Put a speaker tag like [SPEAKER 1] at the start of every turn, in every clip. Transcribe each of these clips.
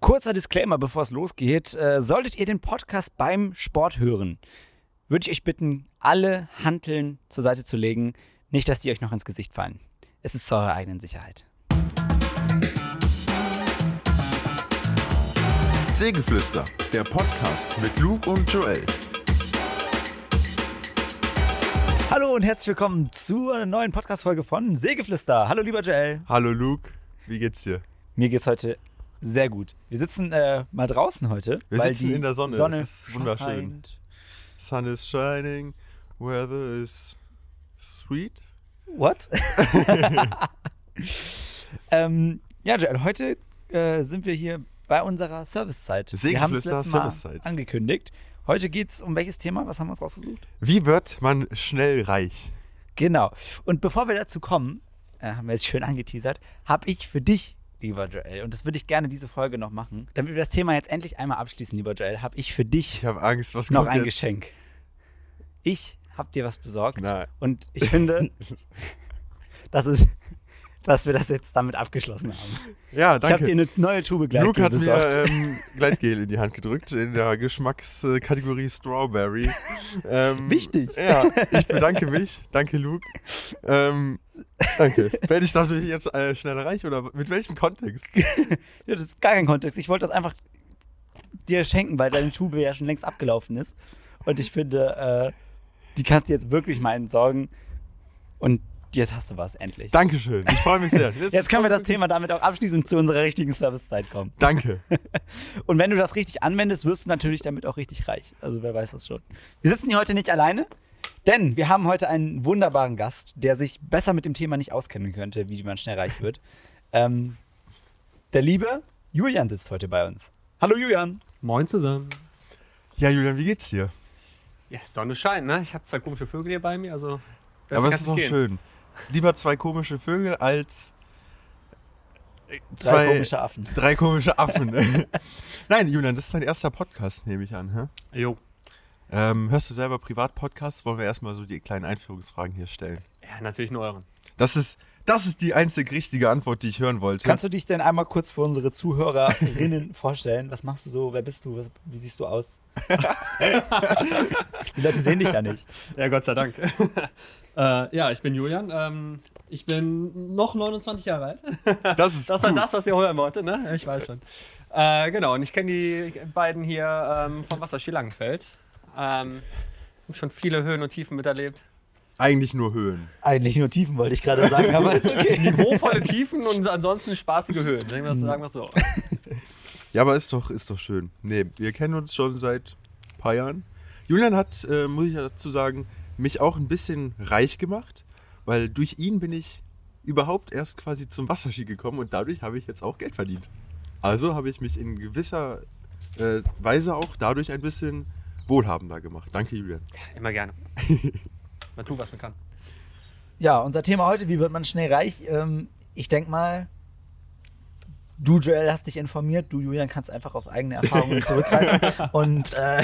[SPEAKER 1] Kurzer Disclaimer, bevor es losgeht. Äh, solltet ihr den Podcast beim Sport hören, würde ich euch bitten, alle Hanteln zur Seite zu legen. Nicht, dass die euch noch ins Gesicht fallen. Es ist zur eurer eigenen Sicherheit.
[SPEAKER 2] Segenflüster, der Podcast mit Luke und Joel.
[SPEAKER 1] Hallo und herzlich willkommen zur neuen Podcast-Folge von Sägeflüster. Hallo, lieber Joel.
[SPEAKER 2] Hallo Luke, wie geht's dir?
[SPEAKER 1] Mir geht's heute sehr gut. Wir sitzen äh, mal draußen heute.
[SPEAKER 2] Wir
[SPEAKER 1] weil
[SPEAKER 2] sitzen
[SPEAKER 1] die
[SPEAKER 2] in der Sonne,
[SPEAKER 1] Sonne
[SPEAKER 2] es ist wunderschön.
[SPEAKER 1] scheint.
[SPEAKER 2] Sun is shining, weather is sweet.
[SPEAKER 1] What? ähm, ja, Joel, heute äh, sind wir hier bei unserer Servicezeit. Wir haben es
[SPEAKER 2] Segenflüster
[SPEAKER 1] letztes Mal
[SPEAKER 2] Servicezeit.
[SPEAKER 1] angekündigt. Heute geht es um welches Thema? Was haben wir uns rausgesucht?
[SPEAKER 2] Wie wird man schnell reich?
[SPEAKER 1] Genau. Und bevor wir dazu kommen, äh, haben wir es schön angeteasert, habe ich für dich, lieber Joel, und das würde ich gerne diese Folge noch machen, damit wir das Thema jetzt endlich einmal abschließen, lieber Joel, habe ich für dich
[SPEAKER 2] Ich habe Angst, was
[SPEAKER 1] noch
[SPEAKER 2] kommt
[SPEAKER 1] ein
[SPEAKER 2] jetzt?
[SPEAKER 1] Geschenk. Ich habe dir was besorgt
[SPEAKER 2] Nein.
[SPEAKER 1] und ich finde, das ist, dass wir das jetzt damit abgeschlossen haben.
[SPEAKER 2] Ja,
[SPEAKER 1] Ich habe
[SPEAKER 2] danke.
[SPEAKER 1] dir eine neue Tube gleich
[SPEAKER 2] Luke hat
[SPEAKER 1] besorgt.
[SPEAKER 2] mir ähm, Gleitgel in die Hand gedrückt, in der Geschmackskategorie Strawberry. Ähm,
[SPEAKER 1] Wichtig.
[SPEAKER 2] Ja, ich bedanke mich. Danke, Luke. Ähm, danke. Werde ich dadurch jetzt äh, schnell reich oder mit welchem Kontext?
[SPEAKER 1] ja,
[SPEAKER 2] äh,
[SPEAKER 1] das ist gar kein Kontext. Ich wollte das einfach dir schenken, weil deine Tube ja schon längst abgelaufen ist. Und ich finde, äh, die kannst du jetzt wirklich mal entsorgen. Und jetzt hast du was, endlich.
[SPEAKER 2] Dankeschön. Ich freue mich sehr.
[SPEAKER 1] Jetzt können wir das Thema damit auch abschließen und zu unserer richtigen Servicezeit kommen.
[SPEAKER 2] Danke.
[SPEAKER 1] Und wenn du das richtig anwendest, wirst du natürlich damit auch richtig reich. Also wer weiß das schon. Wir sitzen hier heute nicht alleine, denn wir haben heute einen wunderbaren Gast, der sich besser mit dem Thema nicht auskennen könnte, wie man schnell reich wird. ähm, der liebe Julian sitzt heute bei uns. Hallo Julian.
[SPEAKER 3] Moin zusammen.
[SPEAKER 2] Ja, Julian, wie geht's dir?
[SPEAKER 3] Ja, Sonne scheint, ne? Ich habe zwei komische Vögel hier bei mir, also das
[SPEAKER 2] Aber
[SPEAKER 3] kann
[SPEAKER 2] es ist
[SPEAKER 3] nicht
[SPEAKER 2] auch
[SPEAKER 3] gehen.
[SPEAKER 2] schön. Lieber zwei komische Vögel als äh,
[SPEAKER 1] Drei
[SPEAKER 2] zwei,
[SPEAKER 1] komische Affen.
[SPEAKER 2] drei komische Affen. Nein, Julian, das ist dein erster Podcast, nehme ich an. Hä?
[SPEAKER 3] Jo.
[SPEAKER 2] Ähm, hörst du selber Privatpodcasts? Wollen wir erstmal so die kleinen Einführungsfragen hier stellen?
[SPEAKER 3] Ja, natürlich nur euren.
[SPEAKER 2] Das ist, das ist die einzig richtige Antwort, die ich hören wollte.
[SPEAKER 1] Kannst du dich denn einmal kurz für unsere Zuhörerinnen vorstellen? Was machst du so? Wer bist du? Was- Wie siehst du aus? Die Leute sehen dich ja nicht.
[SPEAKER 3] Ja, Gott sei Dank. äh, ja, ich bin Julian. Ähm, ich bin noch 29 Jahre alt.
[SPEAKER 2] das ist
[SPEAKER 3] Das war
[SPEAKER 2] cool.
[SPEAKER 3] das, was ihr hören wolltet, ne? Ich weiß schon. Äh, genau, und ich kenne die beiden hier ähm, vom Wasserski Langenfeld. Ähm, hab schon viele Höhen und Tiefen miterlebt.
[SPEAKER 2] Eigentlich nur Höhen.
[SPEAKER 1] Eigentlich nur Tiefen wollte ich gerade sagen, aber ist okay.
[SPEAKER 3] Niveauvolle Tiefen und ansonsten spaßige Höhen. ne? Sagen wir es sagen wir's so.
[SPEAKER 2] Ja, aber ist doch, ist doch schön. Nee, wir kennen uns schon seit ein paar Jahren. Julian hat, äh, muss ich ja dazu sagen, mich auch ein bisschen reich gemacht, weil durch ihn bin ich überhaupt erst quasi zum Wasserski gekommen und dadurch habe ich jetzt auch Geld verdient. Also habe ich mich in gewisser äh, Weise auch dadurch ein bisschen wohlhabender gemacht. Danke, Julian.
[SPEAKER 3] Immer gerne. Man tut, was man kann.
[SPEAKER 1] Ja, unser Thema heute, wie wird man schnell reich? Ähm, ich denke mal, du Joel hast dich informiert, du Julian kannst einfach auf eigene Erfahrungen zurückgreifen. Und äh,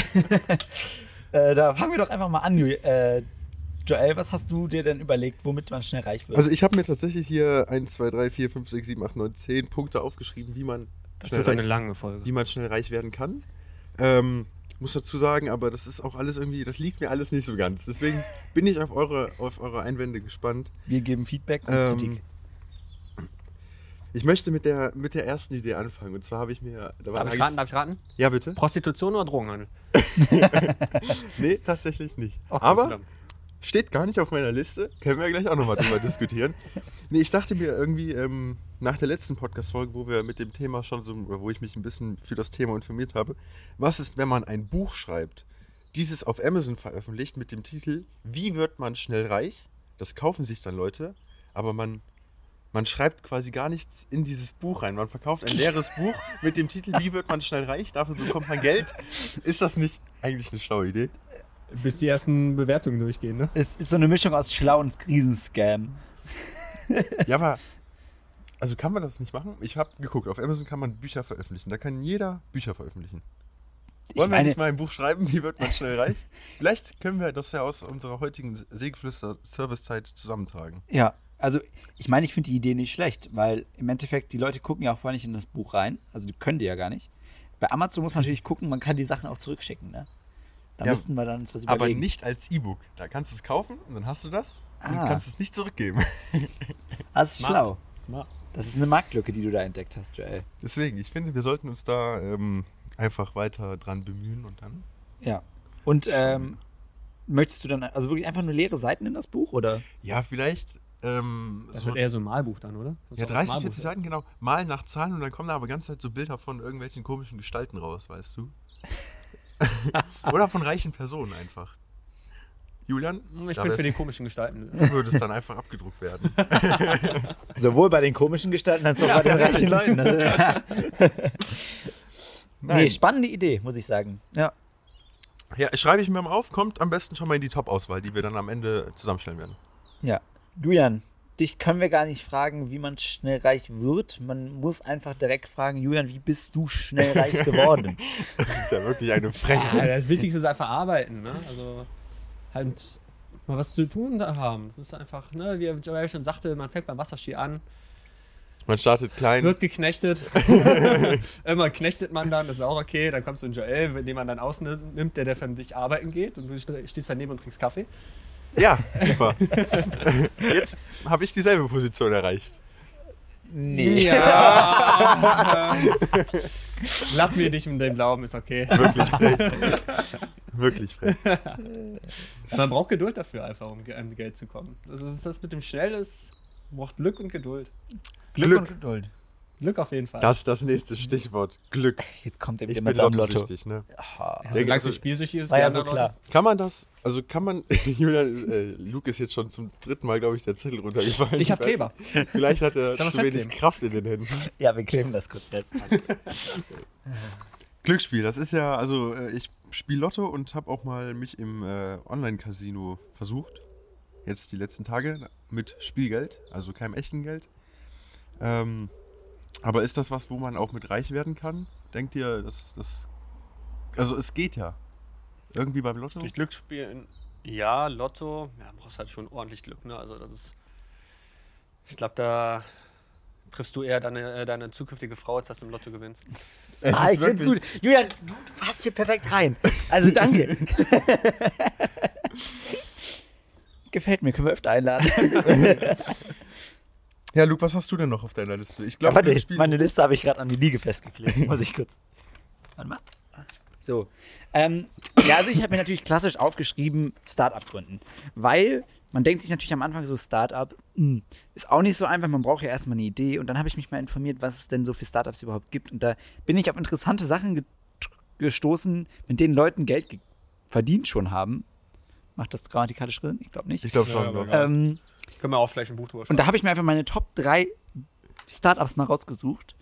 [SPEAKER 1] äh, da fangen wir doch einfach mal an, Ju äh, Joel, was hast du dir denn überlegt, womit man schnell reich wird?
[SPEAKER 2] Also ich habe mir tatsächlich hier 1, 2, 3, 4, 5, 6, 7, 8, 9, 10 Punkte aufgeschrieben, wie man
[SPEAKER 3] Das
[SPEAKER 2] schnell
[SPEAKER 3] wird eine
[SPEAKER 2] reich-
[SPEAKER 3] lange Folge.
[SPEAKER 2] wie man schnell reich werden kann. Ähm, muss dazu sagen, aber das ist auch alles irgendwie, das liegt mir alles nicht so ganz. Deswegen bin ich auf eure, auf eure Einwände gespannt.
[SPEAKER 1] wir geben Feedback und
[SPEAKER 2] Ähm,
[SPEAKER 1] Kritik.
[SPEAKER 2] ich möchte mit der, mit der ersten Idee anfangen. Und zwar habe ich mir. Da war
[SPEAKER 3] Darf ich
[SPEAKER 2] eigentlich-
[SPEAKER 3] raten? Darf ich raten?
[SPEAKER 2] Ja, bitte.
[SPEAKER 3] Prostitution oder Drogenhandel?
[SPEAKER 2] Nee, tatsächlich nicht.
[SPEAKER 3] Ach, Gott sei
[SPEAKER 2] aber
[SPEAKER 3] Dank.
[SPEAKER 2] steht gar nicht auf meiner Liste. Können wir gleich auch nochmal drüber diskutieren. Nee, ich dachte mir irgendwie ähm, nach der letzten Podcast-Folge, wo wir mit dem Thema schon so, wo ich mich ein bisschen für das Thema informiert habe, was ist, wenn man ein Buch schreibt, dieses auf Amazon veröffentlicht mit dem Titel Wie wird man schnell reich? Das kaufen sich dann Leute, aber man, man schreibt quasi gar nichts in dieses Buch rein. Man verkauft ein leeres Buch mit dem Titel Wie wird man schnell reich? Dafür bekommt man Geld. Ist das nicht eigentlich eine schlaue Idee?
[SPEAKER 3] Bis die ersten Bewertungen durchgehen, ne?
[SPEAKER 1] es ist so eine Mischung aus schlau und Krisenscam.
[SPEAKER 2] Ja, aber. Also kann man das nicht machen? Ich habe geguckt, auf Amazon kann man Bücher veröffentlichen. Da kann jeder Bücher veröffentlichen. Wollen wir
[SPEAKER 1] meine-
[SPEAKER 2] nicht mal ein Buch schreiben? Wie wird man schnell reich? Vielleicht können wir das ja aus unserer heutigen Segelflüster-Servicezeit zusammentragen.
[SPEAKER 1] Ja, also ich meine, ich finde die Idee nicht schlecht, weil im Endeffekt die Leute gucken ja auch vorher nicht in das Buch rein. Also die können die ja gar nicht. Bei Amazon muss man natürlich gucken, man kann die Sachen auch zurückschicken, ne? Da
[SPEAKER 2] Ja,
[SPEAKER 1] müssten wir dann uns was
[SPEAKER 2] Aber
[SPEAKER 1] überlegen.
[SPEAKER 2] nicht als E-Book. Da kannst du es kaufen und dann hast du das und
[SPEAKER 1] Ah.
[SPEAKER 2] kannst es nicht zurückgeben.
[SPEAKER 1] das ist schlau.
[SPEAKER 3] Smart.
[SPEAKER 1] Das ist eine Marktlücke, die du da entdeckt hast, Joel.
[SPEAKER 2] Deswegen, ich finde, wir sollten uns da ähm, einfach weiter dran bemühen und dann.
[SPEAKER 1] Ja. Und ähm, möchtest du dann also wirklich einfach nur leere Seiten in das Buch oder?
[SPEAKER 2] Ja, vielleicht. Ähm,
[SPEAKER 3] Das
[SPEAKER 2] so-
[SPEAKER 3] wird eher so ein Malbuch dann, oder? Das ist
[SPEAKER 2] ja,
[SPEAKER 3] auch das
[SPEAKER 2] 30,
[SPEAKER 3] Malbuch.
[SPEAKER 2] 40 Seiten, genau. Mal nach Zahlen und dann kommen da aber ganz Zeit so Bilder von irgendwelchen komischen Gestalten raus, weißt du? Oder von reichen Personen einfach. Julian,
[SPEAKER 3] Hm, Ich
[SPEAKER 2] da
[SPEAKER 3] bin für die
[SPEAKER 2] wär's-
[SPEAKER 3] komischen Gestalten.
[SPEAKER 2] würde es dann einfach abgedruckt werden.
[SPEAKER 1] Sowohl bei den komischen Gestalten als auch bei den reichen Leuten. Das nee, spannende Idee, muss ich sagen. Ja.
[SPEAKER 2] Ja, schreibe ich mir mal auf, kommt am besten schon mal in die Top-Auswahl, die wir dann am Ende zusammenstellen werden.
[SPEAKER 1] Ja. Julian, dich können wir gar nicht fragen, wie man schnell reich wird. Man muss einfach direkt fragen, Julian, wie bist du schnell reich geworden?
[SPEAKER 2] Das ist ja wirklich eine
[SPEAKER 3] Ja,
[SPEAKER 2] Frechheit.
[SPEAKER 3] das Wichtigste ist einfach arbeiten, ne? Also halt mal was zu tun da haben. Es ist einfach, ne, wie Joel schon sagte, man fängt beim Wasserski an,
[SPEAKER 2] Man startet klein.
[SPEAKER 3] wird geknechtet. Irgendwann knechtet man dann, das ist auch okay. Dann kommst du in Joel, den man dann ausnimmt, der, der für dich arbeiten geht und du stehst daneben und trinkst Kaffee.
[SPEAKER 2] Ja, super. Jetzt habe ich dieselbe Position erreicht.
[SPEAKER 1] Nee.
[SPEAKER 3] Ja. Lass mir nicht mit dem Glauben, ist okay.
[SPEAKER 2] Wirklich frech. Wirklich frech.
[SPEAKER 3] Man braucht Geduld dafür einfach, um ge- an Geld zu kommen. Also das ist das mit dem Schnell ist, braucht Glück und Geduld.
[SPEAKER 1] Glück,
[SPEAKER 2] Glück.
[SPEAKER 1] und Geduld.
[SPEAKER 3] Glück auf jeden Fall.
[SPEAKER 2] Das ist das nächste Stichwort. Glück.
[SPEAKER 1] Jetzt kommt er
[SPEAKER 2] Ich
[SPEAKER 1] wieder
[SPEAKER 2] bin
[SPEAKER 1] mit seinem Lotto.
[SPEAKER 2] lottosüchtig, ne?
[SPEAKER 1] Ah,
[SPEAKER 3] Ja, solange
[SPEAKER 2] Also-
[SPEAKER 3] so spielsüchtig ist,
[SPEAKER 1] war ja
[SPEAKER 3] werden
[SPEAKER 1] so
[SPEAKER 3] dann
[SPEAKER 1] klar.
[SPEAKER 2] Kann man das, also kann man, Julian, äh, Luke ist jetzt schon zum dritten Mal, glaube ich, der Zettel runtergefallen.
[SPEAKER 3] Ich hab
[SPEAKER 2] weiß
[SPEAKER 3] Kleber.
[SPEAKER 2] nicht. Vielleicht hat er
[SPEAKER 3] Soll man's
[SPEAKER 2] zu wenig
[SPEAKER 3] festkleben?
[SPEAKER 2] Kraft in den Händen.
[SPEAKER 1] Ja, wir kleben das kurz fest.
[SPEAKER 2] Glücksspiel, das ist ja, also äh, ich spiele Lotto und habe auch mal mich im äh, Online-Casino versucht. Jetzt die letzten Tage mit Spielgeld, also keinem echten Geld. Ähm, aber ist das was, wo man auch mit reich werden kann? Denkt ihr, das, das also es geht ja. Irgendwie beim Lotto?
[SPEAKER 3] Durch Glück spielen, ja, Lotto, ja, brauchst halt schon ordentlich Glück, ne? Also das ist, ich glaube, da triffst du eher deine, äh, deine zukünftige Frau, als dass du im Lotto gewinnst.
[SPEAKER 2] Es
[SPEAKER 1] ah,
[SPEAKER 2] ist
[SPEAKER 1] ich finde gut.
[SPEAKER 2] wirklich-
[SPEAKER 1] Julian, du passt hier perfekt rein. Also danke. Gefällt mir, können wir öfter einladen.
[SPEAKER 2] Ja, Luke, was hast du denn noch auf deiner Liste? Ich
[SPEAKER 1] Ja,
[SPEAKER 2] glaube,
[SPEAKER 1] warte, meine Liste habe ich gerade an die Liege festgeklebt. Muss ich kurz. Warte mal. So. Ähm, ja, also ich habe mir natürlich klassisch aufgeschrieben, Start-up gründen. Weil man denkt sich natürlich am Anfang so, Start-up hm, ist auch nicht so einfach, man braucht ja erstmal eine Idee. Und dann habe ich mich mal informiert, was es denn so für Start-ups überhaupt gibt. Und da bin ich auf interessante Sachen get- gestoßen, mit denen Leuten Geld ge verdient schon haben. Macht das grammatikalisch Sinn? Ich glaube nicht.
[SPEAKER 2] ich glaube schon. ne?
[SPEAKER 3] Ja, aber
[SPEAKER 2] Luke.
[SPEAKER 3] egal.
[SPEAKER 1] ähm,
[SPEAKER 3] Können wir auch vielleicht ein Buch drüber
[SPEAKER 1] und
[SPEAKER 3] schreiben.
[SPEAKER 1] da habe ich mir einfach meine Top 3 Startups mal rausgesucht,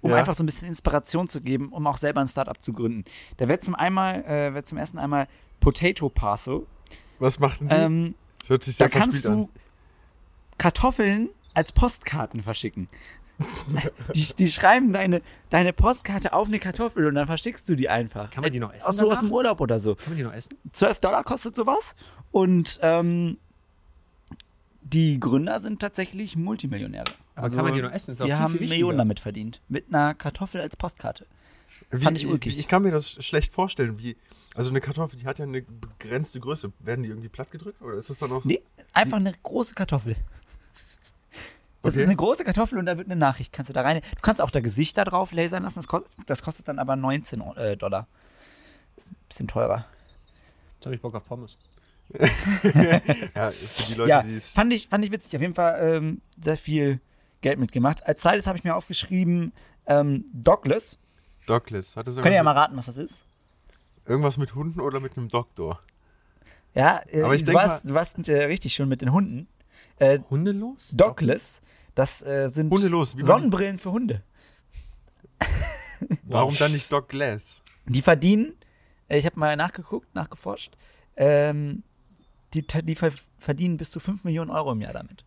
[SPEAKER 1] um
[SPEAKER 2] Ja.
[SPEAKER 1] einfach so ein bisschen Inspiration zu geben, um auch selber ein Startup zu gründen. Da wäre zum einmal, äh, wäre zum ersten einmal Potato Parcel.
[SPEAKER 2] was macht denn die?
[SPEAKER 1] Ähm,
[SPEAKER 2] das hört sich
[SPEAKER 1] da
[SPEAKER 2] sehr
[SPEAKER 1] kannst
[SPEAKER 2] verspielt
[SPEAKER 1] du
[SPEAKER 2] an.
[SPEAKER 1] Kartoffeln als Postkarten verschicken. die, die schreiben deine, deine Postkarte auf eine Kartoffel und dann verschickst du die einfach.
[SPEAKER 3] Kann man die noch essen
[SPEAKER 1] Aus, so aus
[SPEAKER 3] danach?
[SPEAKER 1] dem Urlaub oder so.
[SPEAKER 3] Kann man die noch essen?
[SPEAKER 1] 12 Dollar kostet sowas. Und ähm, die Gründer sind tatsächlich Multimillionäre.
[SPEAKER 3] Aber kann man die noch essen? Ist doch
[SPEAKER 1] wir
[SPEAKER 3] viel,
[SPEAKER 1] haben
[SPEAKER 3] viel wichtiger.
[SPEAKER 1] Millionen damit verdient. Mit einer Kartoffel als Postkarte.
[SPEAKER 2] Wie,
[SPEAKER 1] Fand ich ulkig.
[SPEAKER 2] Ich kann mir das schlecht vorstellen, wie. Also eine Kartoffel, die hat ja eine begrenzte Größe. Werden die irgendwie platt gedrückt oder ist das dann auch.
[SPEAKER 1] Nee, einfach eine große Kartoffel. Das
[SPEAKER 2] Okay.
[SPEAKER 1] ist eine große Kartoffel und da wird eine Nachricht. Kannst du da rein. Du kannst auch da Gesichter drauf lasern lassen. Das kostet, das kostet dann aber 19 Euro- äh, Dollar. Ist ein bisschen teurer.
[SPEAKER 3] Jetzt habe ich Bock auf Pommes.
[SPEAKER 2] Ja, für die Leute,
[SPEAKER 1] ja,
[SPEAKER 2] die es.
[SPEAKER 1] fand ich, fand ich witzig. Auf jeden Fall ähm, sehr viel Geld mitgemacht. Als zweites habe ich mir aufgeschrieben ähm, Douglas.
[SPEAKER 2] Douglas. Hat das
[SPEAKER 1] Könnt ihr ja
[SPEAKER 2] irgendwas
[SPEAKER 1] mal raten, was das ist?
[SPEAKER 2] mit, irgendwas mit Hunden oder mit einem Doktor?
[SPEAKER 1] Ja, äh,
[SPEAKER 2] Aber ich
[SPEAKER 1] du,
[SPEAKER 2] denk
[SPEAKER 1] warst, du warst äh, richtig schon mit den Hunden. Äh,
[SPEAKER 3] Hundelos?
[SPEAKER 1] Douglas, das äh, sind
[SPEAKER 2] Hunde los, wie man-
[SPEAKER 1] Sonnenbrillen für Hunde.
[SPEAKER 2] Warum dann nicht Douglas?
[SPEAKER 1] Die verdienen, äh, ich habe mal nachgeguckt, nachgeforscht, ähm, die, ta- die ver- verdienen bis zu 5 Millionen Euro im Jahr damit.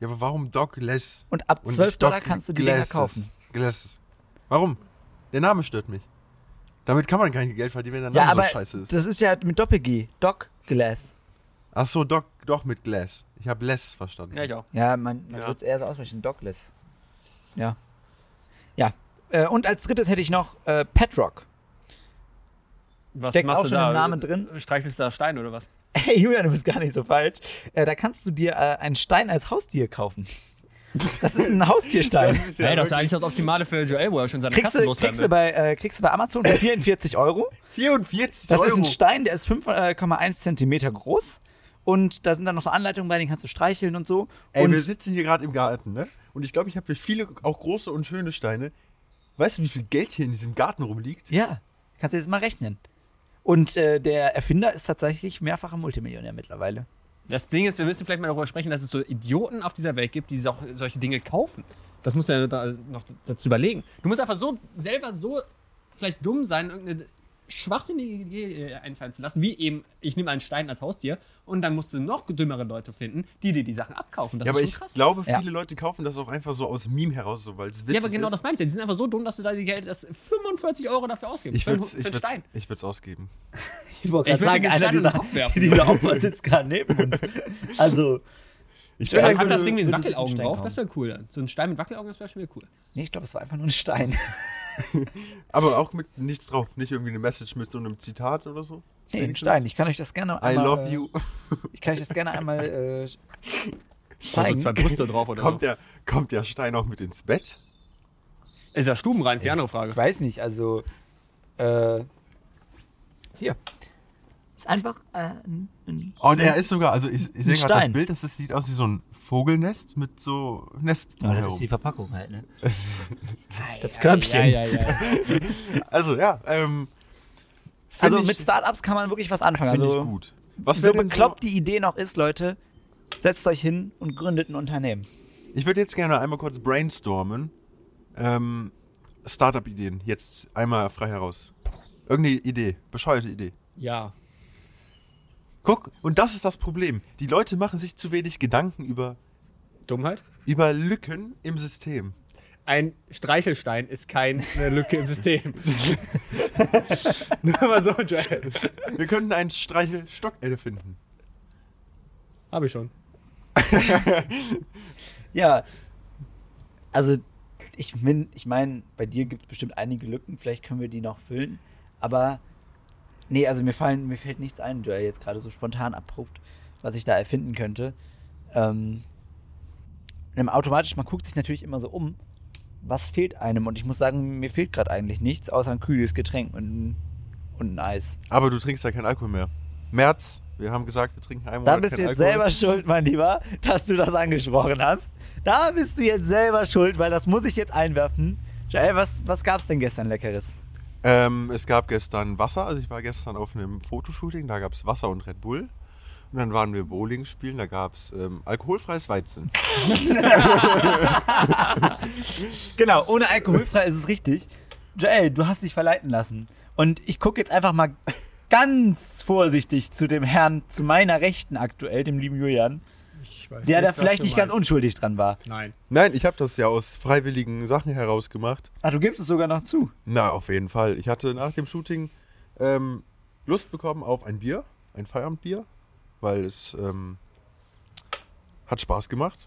[SPEAKER 2] Ja, aber warum Douglas?
[SPEAKER 1] Und ab
[SPEAKER 2] Und
[SPEAKER 1] 12
[SPEAKER 2] nicht
[SPEAKER 1] Dollar
[SPEAKER 2] Doug-
[SPEAKER 1] kannst du die Dinger
[SPEAKER 2] Glasses?
[SPEAKER 1] kaufen.
[SPEAKER 2] Glasses. Warum? Der Name stört mich. Damit kann man kein Geld verdienen, wenn der
[SPEAKER 1] Ja,
[SPEAKER 2] Name
[SPEAKER 1] aber
[SPEAKER 2] so scheiße ist.
[SPEAKER 1] das ist ja mit Doppel-G, Douglas.
[SPEAKER 2] Ach so, Doc doch mit Glass. Ich habe Less verstanden.
[SPEAKER 3] Ja, ich auch.
[SPEAKER 1] Ja, man, man
[SPEAKER 3] Ja.
[SPEAKER 1] würde es eher so aussprechen, Dogless. Ja. Ja. Äh, und als drittes hätte ich noch äh, Petrock.
[SPEAKER 3] Was
[SPEAKER 1] Steckt
[SPEAKER 3] machst
[SPEAKER 1] auch
[SPEAKER 3] du
[SPEAKER 1] schon
[SPEAKER 3] da?
[SPEAKER 1] im Namen drin?
[SPEAKER 3] Streichelst du da Stein oder was?
[SPEAKER 1] Hey Julian, du bist gar nicht so falsch. Äh, da kannst du dir äh, einen Stein als Haustier kaufen. Das ist ein Haustierstein.
[SPEAKER 2] Das ist ja
[SPEAKER 3] Hey, das ist
[SPEAKER 2] wirklich
[SPEAKER 3] eigentlich das Optimale für Joel, wo er schon seine
[SPEAKER 1] Kriegst
[SPEAKER 3] Katzen
[SPEAKER 1] du, kriegst, du
[SPEAKER 3] loswerden will.
[SPEAKER 1] bei, äh, kriegst du bei Amazon für 44 Euro.
[SPEAKER 2] 44
[SPEAKER 1] Das
[SPEAKER 2] Euro.
[SPEAKER 1] ist ein Stein, der ist 5,1 Zentimeter groß. Und da sind dann noch so Anleitungen bei, den kannst du streicheln und so.
[SPEAKER 2] Ey,
[SPEAKER 1] und
[SPEAKER 2] wir sitzen hier gerade im Garten, ne? Und ich glaube, ich habe hier viele, auch große und schöne Steine. Weißt du, wie viel Geld hier in diesem Garten rumliegt?
[SPEAKER 1] ja, kannst du jetzt mal rechnen. Und äh, der Erfinder ist tatsächlich mehrfacher Multimillionär mittlerweile.
[SPEAKER 3] Das Ding ist, wir müssen vielleicht mal darüber sprechen, dass es so Idioten auf dieser Welt gibt, die auch solche Dinge kaufen. Das muss ja da noch dazu überlegen. Du musst einfach so selber so vielleicht dumm sein, irgendeine schwachsinnige Idee äh, einfallen zu lassen, wie eben, ich nehme einen Stein als Haustier und dann musst du noch dümmere Leute finden, die dir die Sachen abkaufen. Das
[SPEAKER 2] ja,
[SPEAKER 3] ist
[SPEAKER 2] aber
[SPEAKER 3] schon
[SPEAKER 2] ich
[SPEAKER 3] krass.
[SPEAKER 2] glaube, viele
[SPEAKER 1] Ja.
[SPEAKER 2] Leute kaufen das auch einfach so aus Meme heraus, so, weil es witzig
[SPEAKER 3] ja, aber genau
[SPEAKER 2] ist.
[SPEAKER 3] das meine ich ja. Die sind einfach so dumm, dass du da die Geld, das 45 Euro dafür ausgibst.
[SPEAKER 2] Ich
[SPEAKER 3] für einen-
[SPEAKER 2] würde es
[SPEAKER 3] für einen
[SPEAKER 2] ich würd's,
[SPEAKER 3] Stein.
[SPEAKER 2] ich würd's ausgeben.
[SPEAKER 1] Ich wollte
[SPEAKER 3] Ich
[SPEAKER 1] gerade
[SPEAKER 3] würd
[SPEAKER 1] sagen,
[SPEAKER 3] ihm
[SPEAKER 1] einer
[SPEAKER 3] den Stein in den
[SPEAKER 1] dieser,
[SPEAKER 3] Kopf werfen.
[SPEAKER 1] dieser Opfer sitzt gerade neben uns. Also,
[SPEAKER 2] Ich
[SPEAKER 1] Ja,
[SPEAKER 3] Hat
[SPEAKER 1] gut,
[SPEAKER 3] das
[SPEAKER 1] du
[SPEAKER 3] Ding mit den
[SPEAKER 1] würdest einen
[SPEAKER 3] Wackelaugen
[SPEAKER 1] Stein
[SPEAKER 3] drauf?
[SPEAKER 1] kaufen.
[SPEAKER 3] Das wäre cool dann. So ein Stein mit Wackelaugen, das wäre schon wieder cool.
[SPEAKER 1] nee, ich glaube, es war einfach nur ein Stein.
[SPEAKER 2] aber auch mit nichts drauf. Nicht irgendwie eine Message mit so einem Zitat oder so.
[SPEAKER 1] Nee, ein
[SPEAKER 2] Wenigstens.
[SPEAKER 1] Äh, Stein. Ich kann euch das gerne
[SPEAKER 2] I
[SPEAKER 1] einmal,
[SPEAKER 2] love
[SPEAKER 1] äh,
[SPEAKER 2] you.
[SPEAKER 1] Ich kann euch das gerne einmal äh,
[SPEAKER 3] Da sind
[SPEAKER 1] zeigen.
[SPEAKER 3] So zwei Brüste drauf oder so.
[SPEAKER 2] Kommt der, kommt der Stein auch mit ins Bett?
[SPEAKER 3] Ist ja stubenrein, ist die andere Frage.
[SPEAKER 1] Ich weiß nicht, also. Äh, hier. Ist einfach äh, ein, ein
[SPEAKER 2] Und er ist sogar, also ich, ich sehe
[SPEAKER 1] Ein
[SPEAKER 2] gerade das
[SPEAKER 1] Stein.
[SPEAKER 2] Bild, das, das sieht aus wie so ein Vogelnest mit so Nest. drumherum.
[SPEAKER 1] Verpackung halt, ne?
[SPEAKER 2] Äh,
[SPEAKER 1] Das Körbchen.
[SPEAKER 3] Ja, ja, ja.
[SPEAKER 2] also ja, ähm, find
[SPEAKER 1] Also
[SPEAKER 2] ich-
[SPEAKER 1] mit Startups kann man wirklich was anfangen.
[SPEAKER 2] Finde
[SPEAKER 1] Also,
[SPEAKER 2] ich gut. Was
[SPEAKER 1] so
[SPEAKER 2] wär denn
[SPEAKER 1] bekloppt die Idee noch ist, Leute, setzt euch hin und gründet ein Unternehmen.
[SPEAKER 2] Ich würde jetzt gerne einmal kurz brainstormen. Ähm, Startup-Ideen. Jetzt einmal frei heraus. Irgendeine Idee. Bescheuerte Idee.
[SPEAKER 3] ja.
[SPEAKER 2] Guck, und das ist das Problem. Die Leute machen sich zu wenig Gedanken über,
[SPEAKER 3] Dummheit?
[SPEAKER 2] über Lücken im System.
[SPEAKER 3] Ein Streichelstein ist keine Lücke im System. Nur mal so, Joel.
[SPEAKER 2] Wir könnten einen Streichelstock erfinden.
[SPEAKER 3] Habe ich schon.
[SPEAKER 1] Ja. Also, ich meine, ich mein, bei dir gibt es bestimmt einige Lücken, vielleicht können wir die noch füllen. Aber, nee, also mir, fallen, mir fällt nichts ein, Joel, jetzt gerade so spontan abrupt, was ich da erfinden könnte. Ähm, ähm, automatisch, man guckt sich natürlich immer so um, was fehlt einem. Und ich muss sagen, mir fehlt gerade eigentlich nichts, außer ein kühles Getränk und, ein- und ein Eis.
[SPEAKER 2] Aber du trinkst ja keinen Alkohol mehr. März, wir haben gesagt, wir trinken einmal
[SPEAKER 1] Da bist du jetzt selber schuld, mein Lieber, dass du das angesprochen hast. Da bist du jetzt selber schuld, weil das muss ich jetzt einwerfen. Joel, was, was gab's denn gestern Leckeres?
[SPEAKER 2] Ähm, es gab gestern Wasser, also ich war gestern auf einem Fotoshooting, da gab es Wasser und Red Bull. Und dann waren wir Bowling spielen, da gab es ähm, alkoholfreies Weizen.
[SPEAKER 1] Genau, ohne alkoholfrei ist es richtig. Joel, du hast dich verleiten lassen. Und ich gucke jetzt einfach mal ganz vorsichtig zu dem Herrn, zu meiner Rechten aktuell, dem lieben Julian,
[SPEAKER 3] Ich weiß
[SPEAKER 1] der da
[SPEAKER 3] was
[SPEAKER 1] vielleicht
[SPEAKER 3] du
[SPEAKER 1] nicht ganz
[SPEAKER 3] meinst.
[SPEAKER 1] unschuldig dran war.
[SPEAKER 3] Nein.
[SPEAKER 2] Nein, ich habe das ja aus freiwilligen Sachen heraus gemacht.
[SPEAKER 1] Ach, Ah, du gibst es sogar noch zu.
[SPEAKER 2] Na, auf jeden Fall. Ich hatte nach dem Shooting ähm, Lust bekommen auf ein Bier, ein Feierabendbier, weil es ähm, hat Spaß gemacht.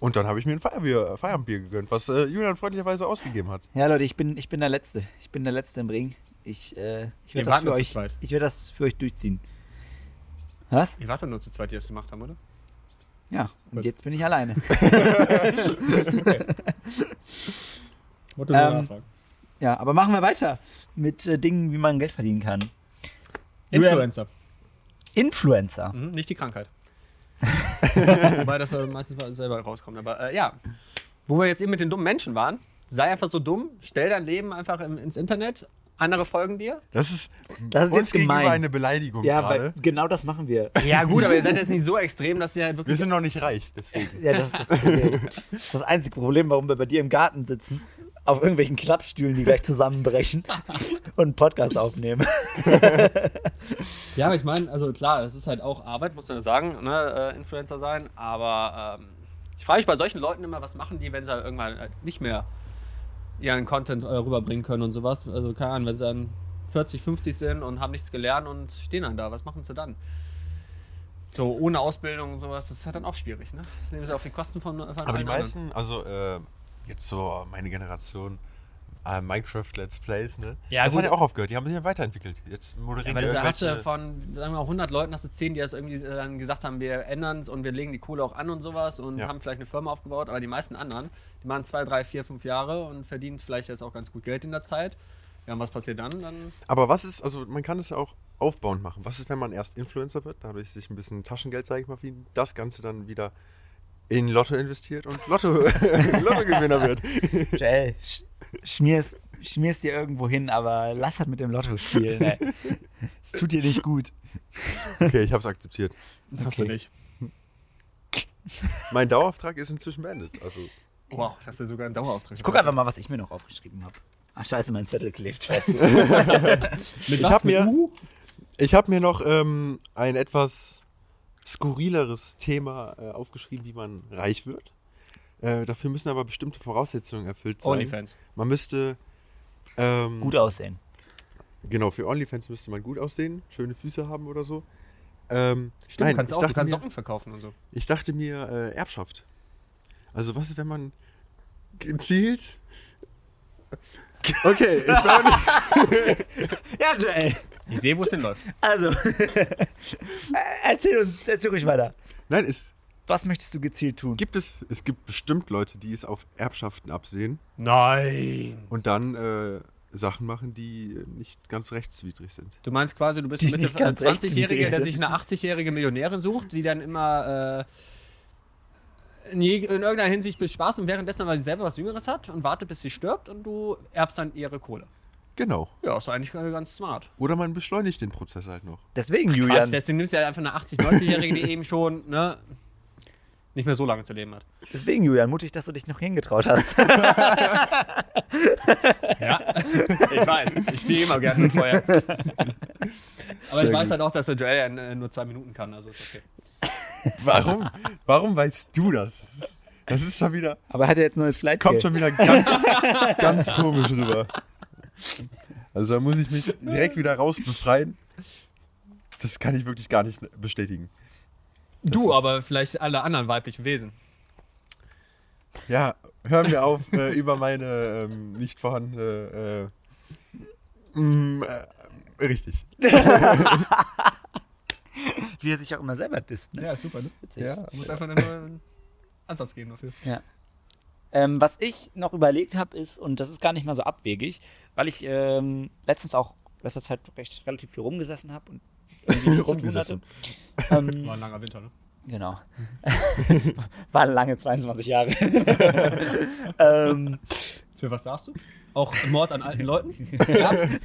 [SPEAKER 2] Und dann habe ich mir ein Feierbier, Feierabendbier gegönnt, was äh, Julian freundlicherweise ausgegeben hat.
[SPEAKER 1] Ja, Leute, ich bin, ich bin der Letzte. Ich bin der Letzte im Ring. Ich, äh, ich
[SPEAKER 3] Wir
[SPEAKER 1] werde das,
[SPEAKER 3] warten
[SPEAKER 1] für
[SPEAKER 3] zu
[SPEAKER 1] euch-
[SPEAKER 3] zweit.
[SPEAKER 1] ich werd das für euch durchziehen. Was?
[SPEAKER 3] Ihr wart doch nur zu zweit, die das gemacht haben, oder?
[SPEAKER 1] Ja, und
[SPEAKER 3] Gut.
[SPEAKER 1] jetzt bin ich alleine.
[SPEAKER 3] Wollte
[SPEAKER 1] nur Ähm, nachfragen. Ja, aber machen wir weiter mit äh, Dingen, wie man Geld verdienen kann.
[SPEAKER 3] Influencer.
[SPEAKER 1] Influencer.
[SPEAKER 3] Mhm, nicht die Krankheit. Wobei das äh, meistens mal selber rauskommt. Aber äh, ja, wo wir jetzt eben mit den dummen Menschen waren, sei einfach so dumm, stell dein Leben einfach im, ins Internet, andere folgen dir.
[SPEAKER 2] Das ist,
[SPEAKER 1] Das ist
[SPEAKER 2] uns
[SPEAKER 1] jetzt
[SPEAKER 2] gegenüber
[SPEAKER 1] gemein.
[SPEAKER 2] eine Beleidigung
[SPEAKER 1] Ja, weil
[SPEAKER 2] gerade.
[SPEAKER 1] genau das machen wir.
[SPEAKER 3] Ja gut, aber ihr seid jetzt nicht so extrem, dass ihr halt
[SPEAKER 2] Wir
[SPEAKER 3] wirklich...
[SPEAKER 2] sind noch nicht reich, deswegen.
[SPEAKER 1] Ja, das ist das Problem. Das ist das einzige Problem, warum wir bei dir im Garten sitzen, auf irgendwelchen Klappstühlen, die gleich zusammenbrechen und einen Podcast aufnehmen.
[SPEAKER 3] Ja, aber ich meine, also klar, das ist halt auch Arbeit, muss man sagen, ne, äh, Influencer sein, aber ähm, ich frage mich bei solchen Leuten immer, was machen die, wenn sie halt irgendwann halt nicht mehr ihren Content äh, rüberbringen können und sowas, also keine Ahnung, wenn sie dann 40, 50 sind und haben nichts gelernt und stehen dann da, was machen sie dann? So ohne Ausbildung und sowas, das ist halt dann auch schwierig, ne? Das nehmen sie auf die Kosten von, von
[SPEAKER 2] Aber die
[SPEAKER 3] allen anderen.
[SPEAKER 2] meisten, also äh, jetzt so meine Generation, äh, Minecraft Let's Plays, ne?
[SPEAKER 3] Ja,
[SPEAKER 2] das
[SPEAKER 3] gut.
[SPEAKER 2] hat ja auch aufgehört. Die haben sich ja weiterentwickelt. Jetzt moderieren
[SPEAKER 3] Weil
[SPEAKER 2] die
[SPEAKER 3] das hast du
[SPEAKER 2] irgendwelche-
[SPEAKER 3] von, sagen wir mal, 100 Leuten hast du 10, die das irgendwie dann gesagt haben, wir ändern es und wir legen die Kohle auch an und sowas und
[SPEAKER 2] Ja.
[SPEAKER 3] haben vielleicht eine Firma aufgebaut, aber die meisten anderen, die machen zwei, drei, vier, fünf Jahre und verdienen vielleicht jetzt auch ganz gut Geld in der Zeit. Ja, und was passiert dann? Dann
[SPEAKER 2] Aber was ist, also man kann es ja auch aufbauend machen. Was ist, wenn man erst Influencer wird, dadurch sich ein bisschen Taschengeld, sage ich mal, verdient, das Ganze dann wieder in Lotto investiert und Lotto, Lotto-Gewinner wird?
[SPEAKER 1] Joel, sch schmier's, schmier's dir irgendwo hin, aber lass das mit dem Lotto spielen. ey. Es tut dir nicht gut.
[SPEAKER 2] Okay, ich habe es akzeptiert.
[SPEAKER 3] hast du
[SPEAKER 1] Okay.
[SPEAKER 3] nicht.
[SPEAKER 2] Mein Dauerauftrag ist inzwischen beendet. Also,
[SPEAKER 3] Wow, das ist ja sogar ein Dauerauftrag.
[SPEAKER 1] Guck einfach mal, was ich mir noch aufgeschrieben habe. Ach scheiße, mein Zettel klebt fest.
[SPEAKER 3] mit
[SPEAKER 2] ich hab
[SPEAKER 3] Mit
[SPEAKER 2] mir-
[SPEAKER 3] U?
[SPEAKER 2] ich habe mir noch ähm, ein etwas skurrileres Thema äh, aufgeschrieben, wie man reich wird. Äh, dafür müssen aber bestimmte Voraussetzungen erfüllt sein.
[SPEAKER 3] Onlyfans.
[SPEAKER 2] Man müsste. Ähm,
[SPEAKER 1] gut aussehen.
[SPEAKER 2] Genau, für OnlyFans müsste man gut aussehen, schöne Füße haben oder so. Ähm,
[SPEAKER 3] Stimmt, du kannst
[SPEAKER 2] ich
[SPEAKER 3] auch, du
[SPEAKER 2] dachte
[SPEAKER 3] kannst
[SPEAKER 2] mir,
[SPEAKER 3] Socken verkaufen und so.
[SPEAKER 2] Ich dachte mir, äh, Erbschaft. Also was ist, wenn man gezielt... Okay, ich war nicht...
[SPEAKER 1] Ja, Joel.
[SPEAKER 3] Ich sehe, wo es hinläuft.
[SPEAKER 1] Also, erzähl uns, erzähl ruhig weiter.
[SPEAKER 2] Nein, es
[SPEAKER 1] Was möchtest du gezielt tun?
[SPEAKER 2] gibt, es, es gibt bestimmt Leute, die es auf Erbschaften absehen
[SPEAKER 3] Nein.
[SPEAKER 2] und dann äh, Sachen machen, die nicht ganz rechtswidrig sind.
[SPEAKER 3] Du meinst quasi, du bist
[SPEAKER 1] Die
[SPEAKER 3] ein Mitte
[SPEAKER 1] nicht ganz
[SPEAKER 3] 20-Jähriger, der
[SPEAKER 1] rechts
[SPEAKER 3] sich eine 80-jährige Millionärin sucht, die dann immer äh, in, jeg- in irgendeiner Hinsicht bespaßt und währenddessen aber selber was Jüngeres hat und wartet, bis sie stirbt und du erbst dann ihre Kohle.
[SPEAKER 2] Genau.
[SPEAKER 3] Ja, ist doch eigentlich ganz smart.
[SPEAKER 2] Oder man beschleunigt den Prozess halt noch.
[SPEAKER 1] Deswegen,
[SPEAKER 3] Quatsch,
[SPEAKER 1] Julian.
[SPEAKER 3] deswegen nimmst du ja einfach eine 80-, 90-Jährige, die eben schon ne, nicht mehr so lange zu leben hat.
[SPEAKER 1] Deswegen, Julian, mutig, dass du dich noch hingetraut hast.
[SPEAKER 3] Ja, ich weiß. Ich spiele immer gerne mit Feuer. Aber ich
[SPEAKER 2] Sehr
[SPEAKER 3] weiß
[SPEAKER 2] gut.
[SPEAKER 3] halt auch, dass der Joel ja äh, nur zwei Minuten kann, also ist okay.
[SPEAKER 2] Warum? Warum weißt du das? Das ist schon wieder...
[SPEAKER 1] Aber hat er jetzt ein neues Slide?
[SPEAKER 2] kommt schon wieder ganz, ganz komisch rüber. Also da muss ich mich direkt wieder raus befreien. Das kann ich wirklich gar nicht bestätigen.
[SPEAKER 3] Du,
[SPEAKER 2] ist-
[SPEAKER 3] aber vielleicht alle anderen weiblichen Wesen.
[SPEAKER 2] Ja, hören wir auf, äh, über meine ähm, nicht vorhandene. Äh, mm, äh, richtig.
[SPEAKER 1] Wie er sich auch immer selber disst. Ne?
[SPEAKER 3] Ja, super, ne?
[SPEAKER 1] Witzig.
[SPEAKER 2] Ja.
[SPEAKER 3] Du musst einfach einen neuen Ansatz geben dafür.
[SPEAKER 1] Ähm, was ich noch überlegt habe, ist, und das ist gar nicht mal so abwegig, weil ich ähm, letztens auch letzter Zeit recht relativ viel rumgesessen habe und irgendwie nichts zu tun hatte.
[SPEAKER 2] Rumgesessen.
[SPEAKER 1] Ähm,
[SPEAKER 3] War ein langer Winter, ne?
[SPEAKER 1] genau. Waren lange 22 Jahre. ähm,
[SPEAKER 3] Für was sagst du? Auch Mord an alten Leuten? ja,
[SPEAKER 1] da will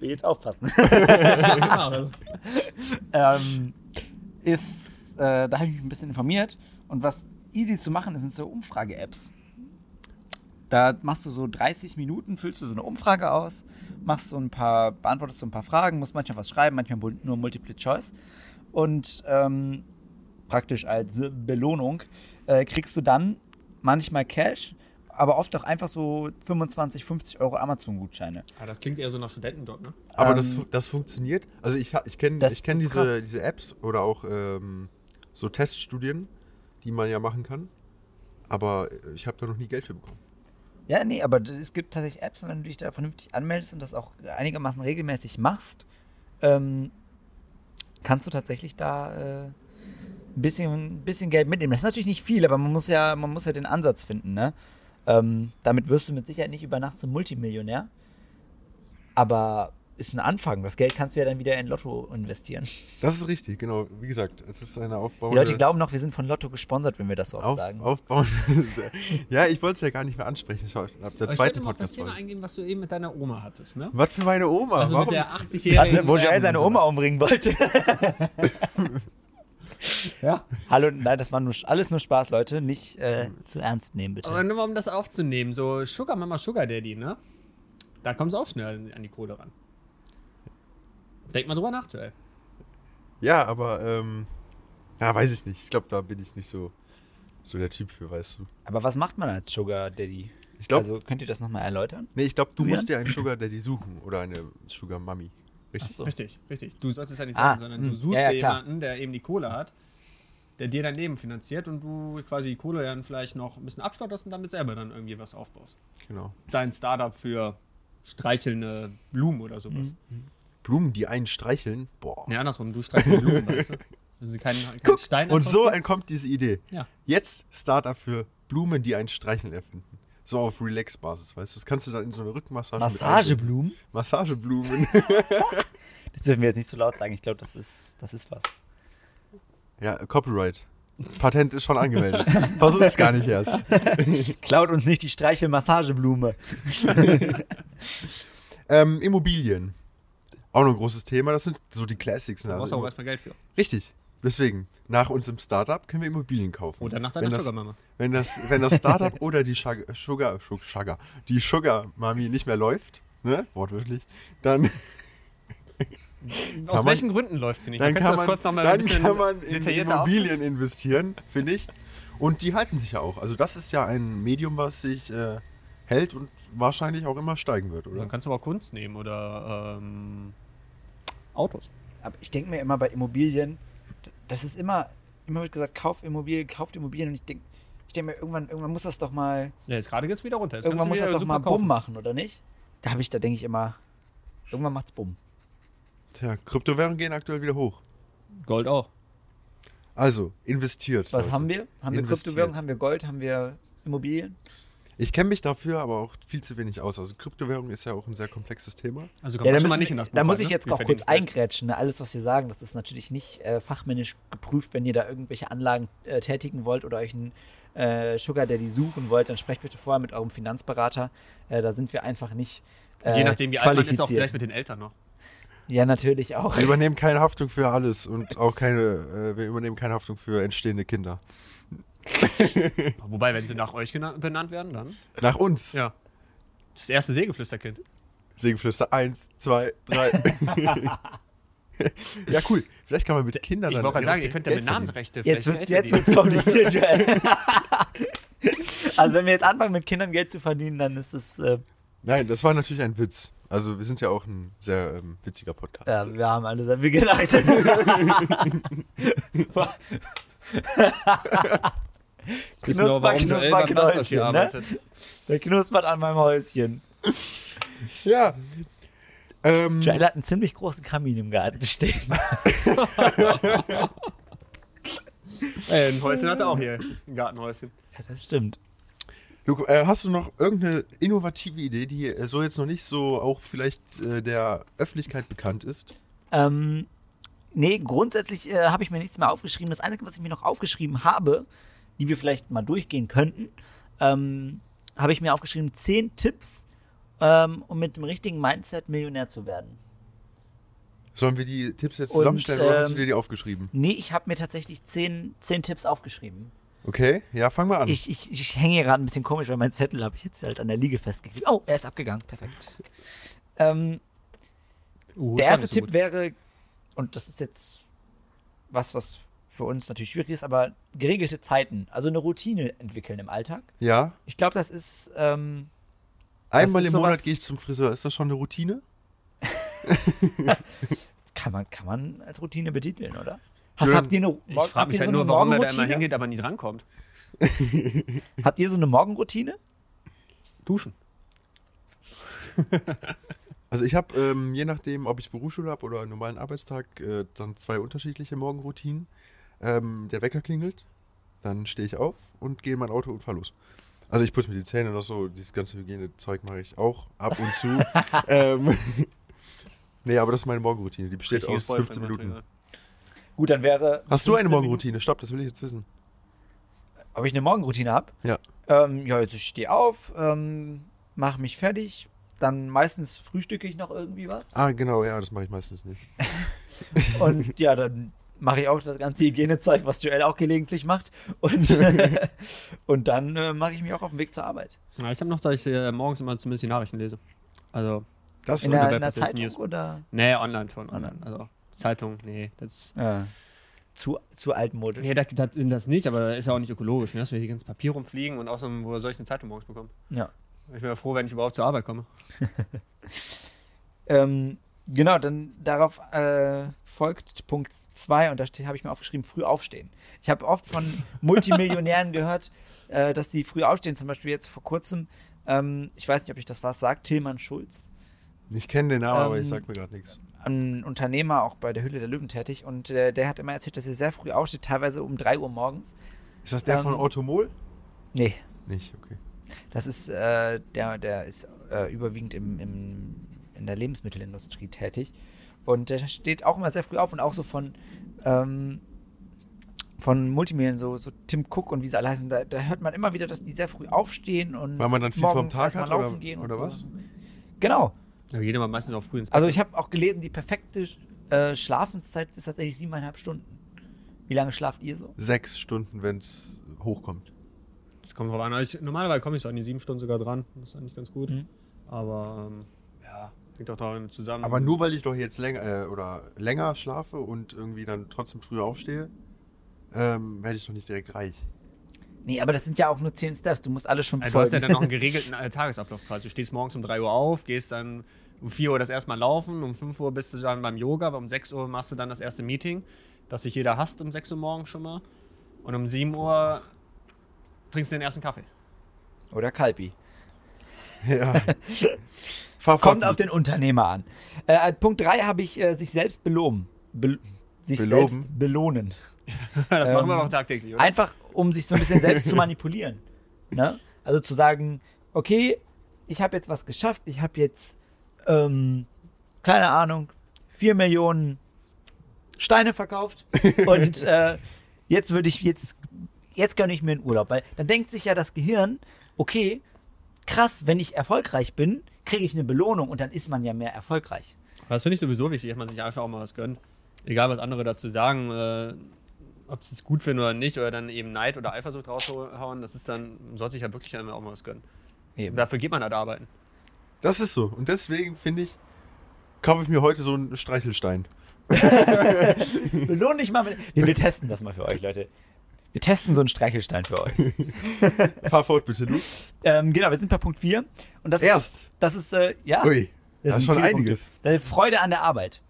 [SPEAKER 1] ich jetzt aufpassen.
[SPEAKER 3] genau.
[SPEAKER 1] ähm, ist, äh, da habe ich mich ein bisschen informiert. Und was easy zu machen ist, sind so Umfrage-Apps. Da machst du so 30 Minuten, füllst du so eine Umfrage aus, machst so ein paar, beantwortest so ein paar Fragen, musst manchmal was schreiben, manchmal mul- nur Multiple Choice. Und ähm, praktisch als Belohnung äh, kriegst du dann manchmal Cash, aber oft auch einfach so 25, 50 Euro Amazon-Gutscheine.
[SPEAKER 3] Ah, das klingt eher so nach Studentenjob, ne?
[SPEAKER 2] Aber das, fu- das funktioniert. Also ich, ha- ich kenne
[SPEAKER 1] Das
[SPEAKER 2] ich kenn
[SPEAKER 1] ist
[SPEAKER 2] diese,
[SPEAKER 1] krass.
[SPEAKER 2] diese Apps oder auch ähm, so Teststudien, die man ja machen kann. Aber äh, ich habe da noch nie Geld für bekommen.
[SPEAKER 1] Ja, nee, aber d- es gibt tatsächlich Apps, wenn du dich da vernünftig anmeldest und das auch einigermaßen regelmäßig machst, ähm, kannst du tatsächlich da äh, ein bisschen, ein bisschen Geld mitnehmen. Das ist natürlich nicht viel, aber man muss ja, man muss ja den Ansatz finden, ne? Ähm, damit wirst du mit Sicherheit nicht über Nacht zum Multimillionär. Aber ist ein Anfang. Das Geld kannst du ja dann wieder in Lotto investieren.
[SPEAKER 2] Das ist richtig, genau. Wie gesagt, es ist eine
[SPEAKER 1] Die
[SPEAKER 2] aufbauende...
[SPEAKER 1] Leute glauben noch, wir sind von Lotto gesponsert, wenn wir das so oft
[SPEAKER 2] Auf,
[SPEAKER 1] sagen.
[SPEAKER 2] aufbauen. ja, ich wollte es ja gar nicht mehr ansprechen. Ich habe ab der
[SPEAKER 3] Aber ich würde
[SPEAKER 2] zweiten
[SPEAKER 3] mal auf das
[SPEAKER 2] podcast
[SPEAKER 3] Thema
[SPEAKER 2] -Folge.
[SPEAKER 3] eingehen, was du eben mit deiner Oma hattest, ne?
[SPEAKER 2] Was für meine Oma?
[SPEAKER 3] Also
[SPEAKER 2] Warum?
[SPEAKER 3] mit der
[SPEAKER 1] Hat-
[SPEAKER 3] 80-jährigen.
[SPEAKER 1] Wo Joel
[SPEAKER 3] Erben
[SPEAKER 1] seine
[SPEAKER 3] und sowas.
[SPEAKER 1] Oma umbringen wollte.
[SPEAKER 3] Ja.
[SPEAKER 1] Hallo, nein, das war nur, alles nur Spaß, Leute. Nicht äh, zu ernst nehmen, bitte.
[SPEAKER 3] Aber nur um das aufzunehmen, so Sugar Mama, Sugar Daddy, ne? Da kommst du auch schnell an die Kohle ran. Denk mal drüber nach, Joel.
[SPEAKER 2] ja, aber ähm, ja, weiß ich nicht. Ich glaube, da bin ich nicht so, so der Typ für, weißt du.
[SPEAKER 1] Aber was macht man als Sugar Daddy?
[SPEAKER 2] Ich glaube,
[SPEAKER 1] also könnt ihr das nochmal erläutern?
[SPEAKER 2] nee, ich glaube, du
[SPEAKER 1] Julian?
[SPEAKER 2] musst dir einen Sugar Daddy suchen oder eine Sugar Mami. Richtig.
[SPEAKER 1] so.
[SPEAKER 3] Richtig, richtig. Du sollst es ja nicht
[SPEAKER 1] Ah,
[SPEAKER 3] sagen, sondern du
[SPEAKER 1] hm.
[SPEAKER 3] suchst
[SPEAKER 1] Ja, ja,
[SPEAKER 3] dir
[SPEAKER 1] klar.
[SPEAKER 3] jemanden, der eben die Kohle hat, der dir dein Leben finanziert und du quasi die Kohle dann vielleicht noch ein bisschen abstotterst und damit selber dann irgendwie was aufbaust.
[SPEAKER 2] Genau.
[SPEAKER 3] Dein Startup für streichelnde Blumen oder sowas.
[SPEAKER 2] Blumen, die einen streicheln. Boah.
[SPEAKER 3] Ne, andersrum, du streichelnde Blumen, weißt du? Wenn sie keinen keinen
[SPEAKER 2] Guck,
[SPEAKER 3] Stein
[SPEAKER 2] und so
[SPEAKER 3] erzeugt,
[SPEAKER 2] entkommt diese Idee.
[SPEAKER 3] Ja.
[SPEAKER 2] Jetzt Startup für Blumen, die einen Streicheln erfinden. So auf Relax-Basis, weißt du? Das kannst du dann in so eine Rückmassage. mit einbinden.
[SPEAKER 1] Massageblumen?
[SPEAKER 2] Massageblumen.
[SPEAKER 1] Das dürfen wir jetzt nicht so laut sagen. Ich glaube, das ist, das ist was.
[SPEAKER 2] ja, Copyright. Patent ist schon angemeldet. Versuch es gar nicht erst.
[SPEAKER 1] Klaut uns nicht die Streichel-Massageblume.
[SPEAKER 2] Ähm, Immobilien. Auch noch ein großes Thema. Das sind so die Classics. Ne?
[SPEAKER 3] du brauchst du
[SPEAKER 2] Also,
[SPEAKER 3] auch erstmal Geld für.
[SPEAKER 2] richtig. Deswegen, nach unserem Startup können wir Immobilien kaufen.
[SPEAKER 3] Oder nach
[SPEAKER 2] Wenn
[SPEAKER 3] deiner
[SPEAKER 2] das-
[SPEAKER 3] Sugar-Mama.
[SPEAKER 2] Wenn das, wenn das Startup oder die Sugar, Sugar, Sug- Sugar, die Sugar Mami nicht mehr läuft, ne, wortwörtlich, dann,
[SPEAKER 3] Aus
[SPEAKER 2] man-
[SPEAKER 3] welchen Gründen läuft sie nicht?
[SPEAKER 2] dann
[SPEAKER 3] kannst
[SPEAKER 2] kann
[SPEAKER 3] du das
[SPEAKER 2] man,
[SPEAKER 3] kurz nochmal ein
[SPEAKER 2] dann
[SPEAKER 3] bisschen
[SPEAKER 2] kann man in
[SPEAKER 3] detaillierter aufklären?
[SPEAKER 2] Immobilien investieren, finde ich. Und die halten sich ja auch. Also das ist ja ein Medium, was sich äh, hält und wahrscheinlich auch immer steigen wird, oder?
[SPEAKER 3] Dann kannst du aber auch Kunst nehmen oder ähm, Autos.
[SPEAKER 1] Aber ich denke mir immer bei Immobilien, d- das ist immer, immer wird gesagt, kauf Immobilien, kauft Immobilien. Und ich denke ich denk mir, irgendwann, irgendwann muss das doch mal,
[SPEAKER 3] Ja, jetzt gerade geht's wieder runter. Jetzt
[SPEAKER 1] irgendwann muss
[SPEAKER 3] kannst du
[SPEAKER 1] das
[SPEAKER 3] wieder
[SPEAKER 1] doch
[SPEAKER 3] super
[SPEAKER 1] mal
[SPEAKER 3] kaufen.
[SPEAKER 1] Bumm machen, oder nicht? Da habe ich, da denke ich immer, irgendwann macht's Bumm.
[SPEAKER 2] Tja, Kryptowährungen gehen aktuell wieder hoch.
[SPEAKER 3] Gold auch.
[SPEAKER 2] Also, investiert.
[SPEAKER 1] Was
[SPEAKER 2] Leute.
[SPEAKER 1] haben wir? Haben wir
[SPEAKER 2] Investiert.
[SPEAKER 1] Kryptowährungen, haben wir Gold, haben wir Immobilien?
[SPEAKER 2] Ich kenne mich dafür aber auch viel zu wenig aus. Also Kryptowährung ist ja auch ein sehr komplexes Thema.
[SPEAKER 3] Also kommt man
[SPEAKER 1] da,
[SPEAKER 3] schon mal
[SPEAKER 1] müssen-
[SPEAKER 3] nicht in das Buch
[SPEAKER 1] da muss
[SPEAKER 3] rein,
[SPEAKER 1] ich
[SPEAKER 3] ne?
[SPEAKER 1] jetzt
[SPEAKER 3] Wir
[SPEAKER 1] auch kurz
[SPEAKER 3] verdienen Geld.
[SPEAKER 1] eingrätschen. Ne? Alles, was wir sagen, das ist natürlich nicht äh, fachmännisch geprüft. Wenn ihr da irgendwelche Anlagen äh, tätigen wollt oder euch einen äh, Sugar Daddy suchen wollt, dann sprecht bitte vorher mit eurem Finanzberater. Äh, da sind wir einfach nicht äh,
[SPEAKER 3] Je nachdem, wie alt man
[SPEAKER 1] qualifiziert.
[SPEAKER 3] ist, auch vielleicht mit den Eltern noch.
[SPEAKER 1] ja, natürlich auch.
[SPEAKER 2] Wir übernehmen keine Haftung für alles und auch keine, äh, wir übernehmen keine Haftung für entstehende Kinder.
[SPEAKER 3] Wobei, wenn sie nach euch gena- benannt werden, dann.
[SPEAKER 2] Nach uns.
[SPEAKER 3] Ja. Das erste Sägeflüsterkind.
[SPEAKER 2] Segenflüster 1, 2, 3. ja, cool. Vielleicht kann man mit Kindern
[SPEAKER 3] Ich
[SPEAKER 2] dann
[SPEAKER 3] wollte gerade
[SPEAKER 2] ja
[SPEAKER 3] sagen,
[SPEAKER 2] auch
[SPEAKER 3] ihr könnt ja
[SPEAKER 2] Geld verdienen.
[SPEAKER 3] mit Namensrechte.
[SPEAKER 1] Jetzt
[SPEAKER 3] vielleicht
[SPEAKER 1] wird
[SPEAKER 3] hält
[SPEAKER 1] jetzt
[SPEAKER 3] ihr
[SPEAKER 1] wird's kompliziert, Joel. also wenn wir jetzt anfangen, mit Kindern Geld zu verdienen, dann ist es, äh,
[SPEAKER 2] Nein, das war natürlich ein Witz. Also, wir sind ja auch ein sehr ähm, witziger
[SPEAKER 1] ja,
[SPEAKER 2] Podcast.
[SPEAKER 1] wir haben alle selber gedacht.
[SPEAKER 3] die. Jetzt wissen wir aber, warum
[SPEAKER 1] Knusper,
[SPEAKER 3] Joel
[SPEAKER 1] Knusper,
[SPEAKER 3] beim Bastos
[SPEAKER 1] Knäuschen,
[SPEAKER 3] hier
[SPEAKER 1] ne?
[SPEAKER 3] arbeitet. Mhm.
[SPEAKER 1] Der ne? knuspert an meinem Häuschen.
[SPEAKER 2] Ja. Ähm,
[SPEAKER 1] Joel hat einen ziemlich großen Kamin im Garten stehen.
[SPEAKER 3] Äh, ein Häuschen hat er auch hier. Ein Gartenhäuschen.
[SPEAKER 1] Das stimmt.
[SPEAKER 2] Luke, äh, hast du noch irgendeine innovative Idee, die äh, so jetzt noch nicht so auch vielleicht äh, der Öffentlichkeit bekannt ist?
[SPEAKER 1] Ähm, nee, grundsätzlich äh, habe ich mir nichts mehr aufgeschrieben. Das Einzige, was ich mir noch aufgeschrieben habe, die wir vielleicht mal durchgehen könnten, ähm, habe ich mir aufgeschrieben, 10 Tipps, ähm, um mit dem richtigen Mindset Millionär zu werden.
[SPEAKER 2] Sollen wir die Tipps jetzt
[SPEAKER 1] Und,
[SPEAKER 2] zusammenstellen oder hast du
[SPEAKER 1] ähm,
[SPEAKER 2] dir die aufgeschrieben?
[SPEAKER 1] Nee, ich habe mir tatsächlich 10, 10 Tipps aufgeschrieben.
[SPEAKER 2] Okay, ja, fangen wir an.
[SPEAKER 1] Ich, ich, ich hänge hier gerade ein bisschen komisch, weil mein Zettel habe ich jetzt halt an der Liege festgeklebt. Oh, er ist abgegangen. Perfekt. Ähm,
[SPEAKER 3] Uh,
[SPEAKER 1] Der
[SPEAKER 3] ist auch
[SPEAKER 1] erste
[SPEAKER 3] nicht so
[SPEAKER 1] Tipp
[SPEAKER 3] gut.
[SPEAKER 1] wäre, und das ist jetzt was, was für uns natürlich schwierig ist, aber geregelte Zeiten, also eine Routine entwickeln im Alltag.
[SPEAKER 2] ja,
[SPEAKER 1] Ich glaube, das ist, ähm,
[SPEAKER 2] einmal
[SPEAKER 1] ist
[SPEAKER 2] im
[SPEAKER 1] sowas-
[SPEAKER 2] Monat gehe ich zum Friseur. Ist das schon eine Routine?
[SPEAKER 1] kann man, kann man als Routine betiteln, oder? Hast,
[SPEAKER 2] Ja,
[SPEAKER 1] habt ihr eine,
[SPEAKER 3] Ich frage mich halt nur, warum er da immer hingeht, aber nie drankommt.
[SPEAKER 1] Habt ihr so eine Morgenroutine?
[SPEAKER 3] Duschen.
[SPEAKER 2] Also ich habe, ähm, je nachdem, ob ich Berufsschule habe oder einen normalen Arbeitstag, äh, dann zwei unterschiedliche Morgenroutinen. Ähm, der Wecker klingelt, dann stehe ich auf und gehe in mein Auto und fahre los. Also ich putze mir die Zähne noch so, dieses ganze Hygienezeug mache ich auch ab und zu. ähm, nee, aber das ist meine Morgenroutine, die besteht
[SPEAKER 3] Richtiges
[SPEAKER 2] aus 15 Minuten.
[SPEAKER 3] Boyfriend-Material.
[SPEAKER 1] Gut, dann wäre.
[SPEAKER 2] Hast du
[SPEAKER 1] 15
[SPEAKER 2] eine
[SPEAKER 1] Minuten-
[SPEAKER 2] Morgenroutine? Stopp, das will ich jetzt wissen.
[SPEAKER 1] Ob ich eine Morgenroutine habe?
[SPEAKER 2] Ja.
[SPEAKER 1] Ähm, ja, also ich stehe auf, ähm, mache mich fertig, dann meistens frühstücke ich noch irgendwie was.
[SPEAKER 2] Ah, genau, ja, das mache ich meistens nicht.
[SPEAKER 1] Und ja, dann mache ich auch das ganze Hygienezeug, was Joel auch gelegentlich macht. Und, und dann äh, mache ich mich auch auf den Weg zur Arbeit.
[SPEAKER 3] Ja, ich habe noch, dass ich äh, morgens immer zumindest die Nachrichten lese. Also,
[SPEAKER 2] Das
[SPEAKER 1] In
[SPEAKER 2] und-
[SPEAKER 1] der,
[SPEAKER 3] Web
[SPEAKER 1] in der
[SPEAKER 3] ist das
[SPEAKER 1] Zeitung
[SPEAKER 3] News.
[SPEAKER 1] oder
[SPEAKER 3] nee, online schon. Online.
[SPEAKER 1] Online.
[SPEAKER 3] Also, Zeitung, nee, das.
[SPEAKER 1] zu, zu altmodisch.
[SPEAKER 3] Nee, das, das, das nicht, aber das ist ja auch nicht ökologisch, ne? dass wir hier ganz Papier rumfliegen und außerdem, wo soll ich eine Zeitung morgens bekommen?
[SPEAKER 1] Ja.
[SPEAKER 3] Ich bin ja froh, wenn ich überhaupt zur Arbeit komme.
[SPEAKER 1] Ähm, Genau, dann darauf äh, folgt Punkt 2 und da habe ich mir aufgeschrieben, früh aufstehen. Ich habe oft von Multimillionären gehört, äh, dass sie früh aufstehen. Zum Beispiel jetzt vor kurzem, ähm, ich weiß nicht, ob ich das was sagt, Tillmann Schulz,
[SPEAKER 2] Ich kenne den Namen, aber
[SPEAKER 1] Ähm,
[SPEAKER 2] ich sag mir gerade nichts.
[SPEAKER 1] ein Unternehmer, auch bei der Hülle der Löwen tätig. Und äh, der hat immer erzählt, dass er sehr früh aufsteht, teilweise um 3 Uhr morgens.
[SPEAKER 2] Ist das der
[SPEAKER 1] ähm,
[SPEAKER 2] von Automol?
[SPEAKER 1] Nee,
[SPEAKER 2] Nicht, okay.
[SPEAKER 1] das ist, äh, der, der ist äh, überwiegend im, im, in der Lebensmittelindustrie tätig. Und der steht auch immer sehr früh auf und auch so von, ähm, von Multimedien, so, so Tim Cook und wie sie alle heißen, da, da hört man immer wieder, dass die sehr früh aufstehen und
[SPEAKER 2] Weil man dann viel vom
[SPEAKER 1] morgens
[SPEAKER 2] Tag
[SPEAKER 1] erstmal
[SPEAKER 2] hat oder-
[SPEAKER 1] laufen gehen und
[SPEAKER 2] oder
[SPEAKER 1] so.
[SPEAKER 2] was?
[SPEAKER 1] Genau.
[SPEAKER 3] Da geht immer meistens auch früh ins Bett.
[SPEAKER 1] Also ich habe auch gelesen, die perfekte äh, Schlafenszeit ist tatsächlich siebeneinhalb Stunden. Wie lange schlaft ihr so?
[SPEAKER 2] Sechs Stunden, wenn es hochkommt.
[SPEAKER 1] Mhm.
[SPEAKER 3] Das kommt drauf an. Also Ich, normalerweise komme ich so an die sieben Stunden sogar dran. Das ist eigentlich ganz gut.
[SPEAKER 1] Mhm.
[SPEAKER 3] Aber ähm, ja, hängt auch damit zusammen.
[SPEAKER 2] Aber nur weil ich doch jetzt länger äh, oder länger schlafe und irgendwie dann trotzdem früh aufstehe, ähm, werde ich doch nicht direkt reich.
[SPEAKER 1] Nee, aber das sind ja auch nur zehn Steps. Du musst alle schon
[SPEAKER 3] Also du hast ja
[SPEAKER 1] folgen.
[SPEAKER 3] dann noch einen geregelten äh, Tagesablauf quasi. Du stehst morgens um 3 Uhr auf, gehst dann um 4 Uhr das erste Mal laufen, um 5 Uhr bist du dann beim Yoga, aber um 6 Uhr machst du dann das erste Meeting, das sich jeder hasst um 6 Uhr morgens schon mal. Und um 7 Uhr trinkst du den ersten Kaffee.
[SPEAKER 1] Oder Kalpi.
[SPEAKER 2] ja. Fahr
[SPEAKER 1] Kommt
[SPEAKER 2] fort.
[SPEAKER 1] auf den Unternehmer an. Äh, Punkt 3 habe ich äh, sich selbst beloben. Bel sich
[SPEAKER 2] Beloben?
[SPEAKER 1] selbst belohnen.
[SPEAKER 3] Das machen wir
[SPEAKER 1] Ähm,
[SPEAKER 3] doch tagtäglich, oder?
[SPEAKER 1] Einfach, um sich so ein bisschen selbst zu manipulieren. Ne? Also zu sagen, okay, ich habe jetzt was geschafft, ich habe jetzt, ähm, keine Ahnung, 4 Millionen Steine verkauft und äh, jetzt würde ich, jetzt, jetzt gönne ich mir einen Urlaub. Weil dann denkt sich ja das Gehirn, okay, krass, wenn ich erfolgreich bin, kriege ich eine Belohnung und dann ist man ja mehr erfolgreich.
[SPEAKER 3] Aber Das finde ich sowieso wichtig, dass man sich einfach auch mal was gönnt. Egal, was andere dazu sagen, äh, ob sie es gut finden oder nicht, oder dann eben Neid oder Eifersucht raushauen, das ist dann, man sollte sich ja wirklich einmal auch mal was gönnen.
[SPEAKER 1] Eben.
[SPEAKER 3] Dafür geht man halt arbeiten.
[SPEAKER 2] Das ist so. Und deswegen finde ich, kaufe ich mir heute so einen Streichelstein.
[SPEAKER 1] Belohn dich mal mit. Nee, wir testen das mal für euch, Leute. Wir testen so einen Streichelstein für euch.
[SPEAKER 2] Fahr fort bitte, du.
[SPEAKER 1] Ähm, genau, wir sind bei Punkt 4. Und das
[SPEAKER 2] Erst.
[SPEAKER 1] Ist, das ist, äh, ja.
[SPEAKER 2] Ui,
[SPEAKER 1] das
[SPEAKER 2] das ist
[SPEAKER 1] sind
[SPEAKER 2] schon
[SPEAKER 1] viele
[SPEAKER 2] einiges.
[SPEAKER 1] Punkte. Äh, Freude an der Arbeit.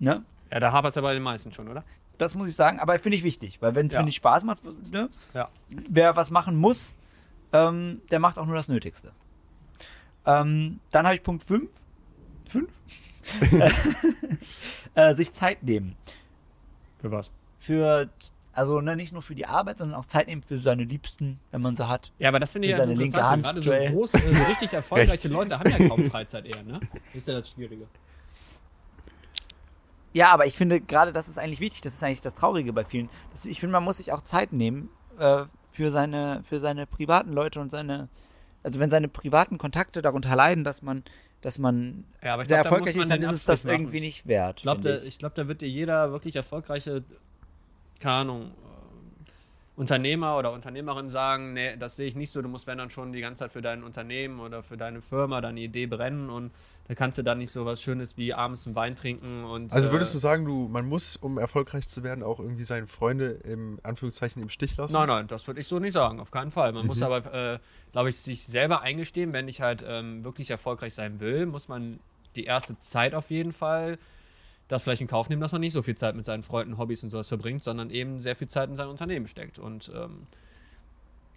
[SPEAKER 1] Ne?
[SPEAKER 3] Ja, da hapert es ja bei den meisten schon, oder?
[SPEAKER 1] Das muss ich sagen, aber finde ich wichtig, weil wenn es
[SPEAKER 3] Ja.
[SPEAKER 1] mir nicht Spaß macht, ne?
[SPEAKER 3] Ja.
[SPEAKER 1] wer was machen muss, ähm, der macht auch nur das Nötigste. Ähm, dann habe ich Punkt 5. 5? äh, sich Zeit nehmen.
[SPEAKER 3] Für was?
[SPEAKER 1] Für, also ne, nicht nur für die Arbeit, sondern auch Zeit nehmen für seine Liebsten, wenn man sie hat.
[SPEAKER 3] Ja, aber das finde ich
[SPEAKER 1] Für
[SPEAKER 3] ja so
[SPEAKER 1] seine linke
[SPEAKER 3] interessant.
[SPEAKER 1] Hand,
[SPEAKER 3] Gerade so
[SPEAKER 1] Joel.
[SPEAKER 3] groß, äh, so richtig erfolgreiche
[SPEAKER 2] Rechts.
[SPEAKER 3] Leute haben ja kaum Freizeit eher, ne? Ist ja das Schwierige.
[SPEAKER 1] Ja, aber ich finde gerade das ist eigentlich wichtig. Das ist eigentlich das Traurige bei vielen. Das, ich finde, man muss sich auch Zeit nehmen äh, für, seine, für seine privaten Leute und seine. Also wenn seine privaten Kontakte darunter leiden, dass man, dass man
[SPEAKER 3] Ja, aber ich
[SPEAKER 1] sehr
[SPEAKER 3] glaub, da muss
[SPEAKER 1] erfolgreich
[SPEAKER 3] man
[SPEAKER 1] ist, dann
[SPEAKER 3] den
[SPEAKER 1] ist es das
[SPEAKER 3] Abstrich machen.
[SPEAKER 1] irgendwie nicht wert.
[SPEAKER 3] Ich glaube,
[SPEAKER 1] finde
[SPEAKER 3] da, ich glaub, da wird dir jeder wirklich erfolgreiche, keine Ahnung, äh, Unternehmer oder Unternehmerin sagen, nee, das sehe ich nicht so, du musst wenn dann schon die ganze Zeit für dein Unternehmen oder für deine Firma, deine Idee brennen und da kannst du dann nicht so was Schönes wie abends einen Wein trinken und
[SPEAKER 2] Also würdest du
[SPEAKER 3] äh,
[SPEAKER 2] sagen, du, man muss, um erfolgreich zu werden, auch irgendwie seine Freunde im Anführungszeichen im Stich lassen?
[SPEAKER 3] Nein, nein, das würde ich so nicht sagen, auf keinen Fall. Man muss aber, äh, glaube ich, sich selber eingestehen, wenn ich halt ähm, wirklich erfolgreich sein will, muss man die erste Zeit auf jeden Fall das vielleicht in Kauf nehmen, dass man nicht so viel Zeit mit seinen Freunden, Hobbys und sowas verbringt, sondern eben sehr viel Zeit in sein Unternehmen steckt. Und ähm,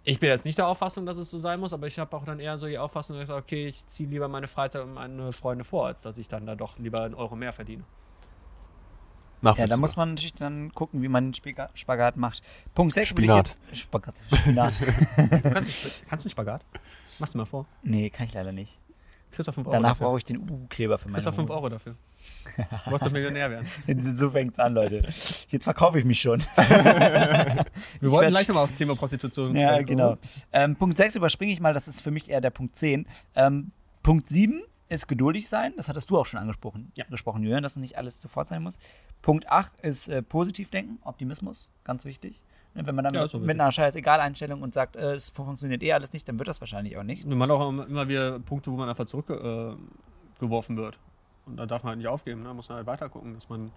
[SPEAKER 3] ich bin jetzt nicht der Auffassung, dass es so sein muss, aber ich habe auch dann eher so die Auffassung, dass ich sage, okay, ich ziehe lieber meine Freizeit und meine Freunde vor, als dass ich dann da doch lieber einen Euro mehr verdiene.
[SPEAKER 1] Ja, da muss man natürlich dann gucken, wie man den Spiga- Spagat macht. Punkt 6 würde ich
[SPEAKER 2] Spinat.
[SPEAKER 1] jetzt. Spagat. Spinat.
[SPEAKER 3] Du kannst, kannst du einen Spagat? Machst du mal vor.
[SPEAKER 1] nee, kann ich leider nicht.
[SPEAKER 3] Kriegst du 5 Euro.
[SPEAKER 1] Danach
[SPEAKER 3] dafür.
[SPEAKER 1] brauche ich den U-Kleber für meine
[SPEAKER 3] Kriegst du 5
[SPEAKER 1] Hose.
[SPEAKER 3] Euro dafür. Du wolltest doch Millionär werden.
[SPEAKER 1] So fängt's an, Leute. Jetzt verkaufe ich mich schon.
[SPEAKER 3] Wir
[SPEAKER 1] werd-
[SPEAKER 3] wollten gleich nochmal aufs Thema Prostitution
[SPEAKER 1] Ja,
[SPEAKER 3] zurückkommen.
[SPEAKER 1] genau. Ähm, Punkt 6 überspringe ich mal, das ist für mich eher der Punkt 10. Ähm, Punkt 7 ist geduldig sein, das hattest du auch schon angesprochen,
[SPEAKER 3] Ja.
[SPEAKER 1] gesprochen, Jürgen, dass nicht alles sofort sein muss. Punkt 8 ist äh, positiv denken, Optimismus, ganz wichtig. Ne, Wenn man dann
[SPEAKER 3] Ja,
[SPEAKER 1] mit,
[SPEAKER 3] ist so
[SPEAKER 1] mit
[SPEAKER 3] wichtig.
[SPEAKER 1] einer scheiß-egal-Einstellung und sagt, äh, es funktioniert eh alles nicht, dann wird das wahrscheinlich auch nicht.
[SPEAKER 3] Man hat auch immer wieder Punkte, wo man einfach zurückgeworfen wird. Und da darf man halt nicht aufgeben, da muss man halt weiter gucken, dass man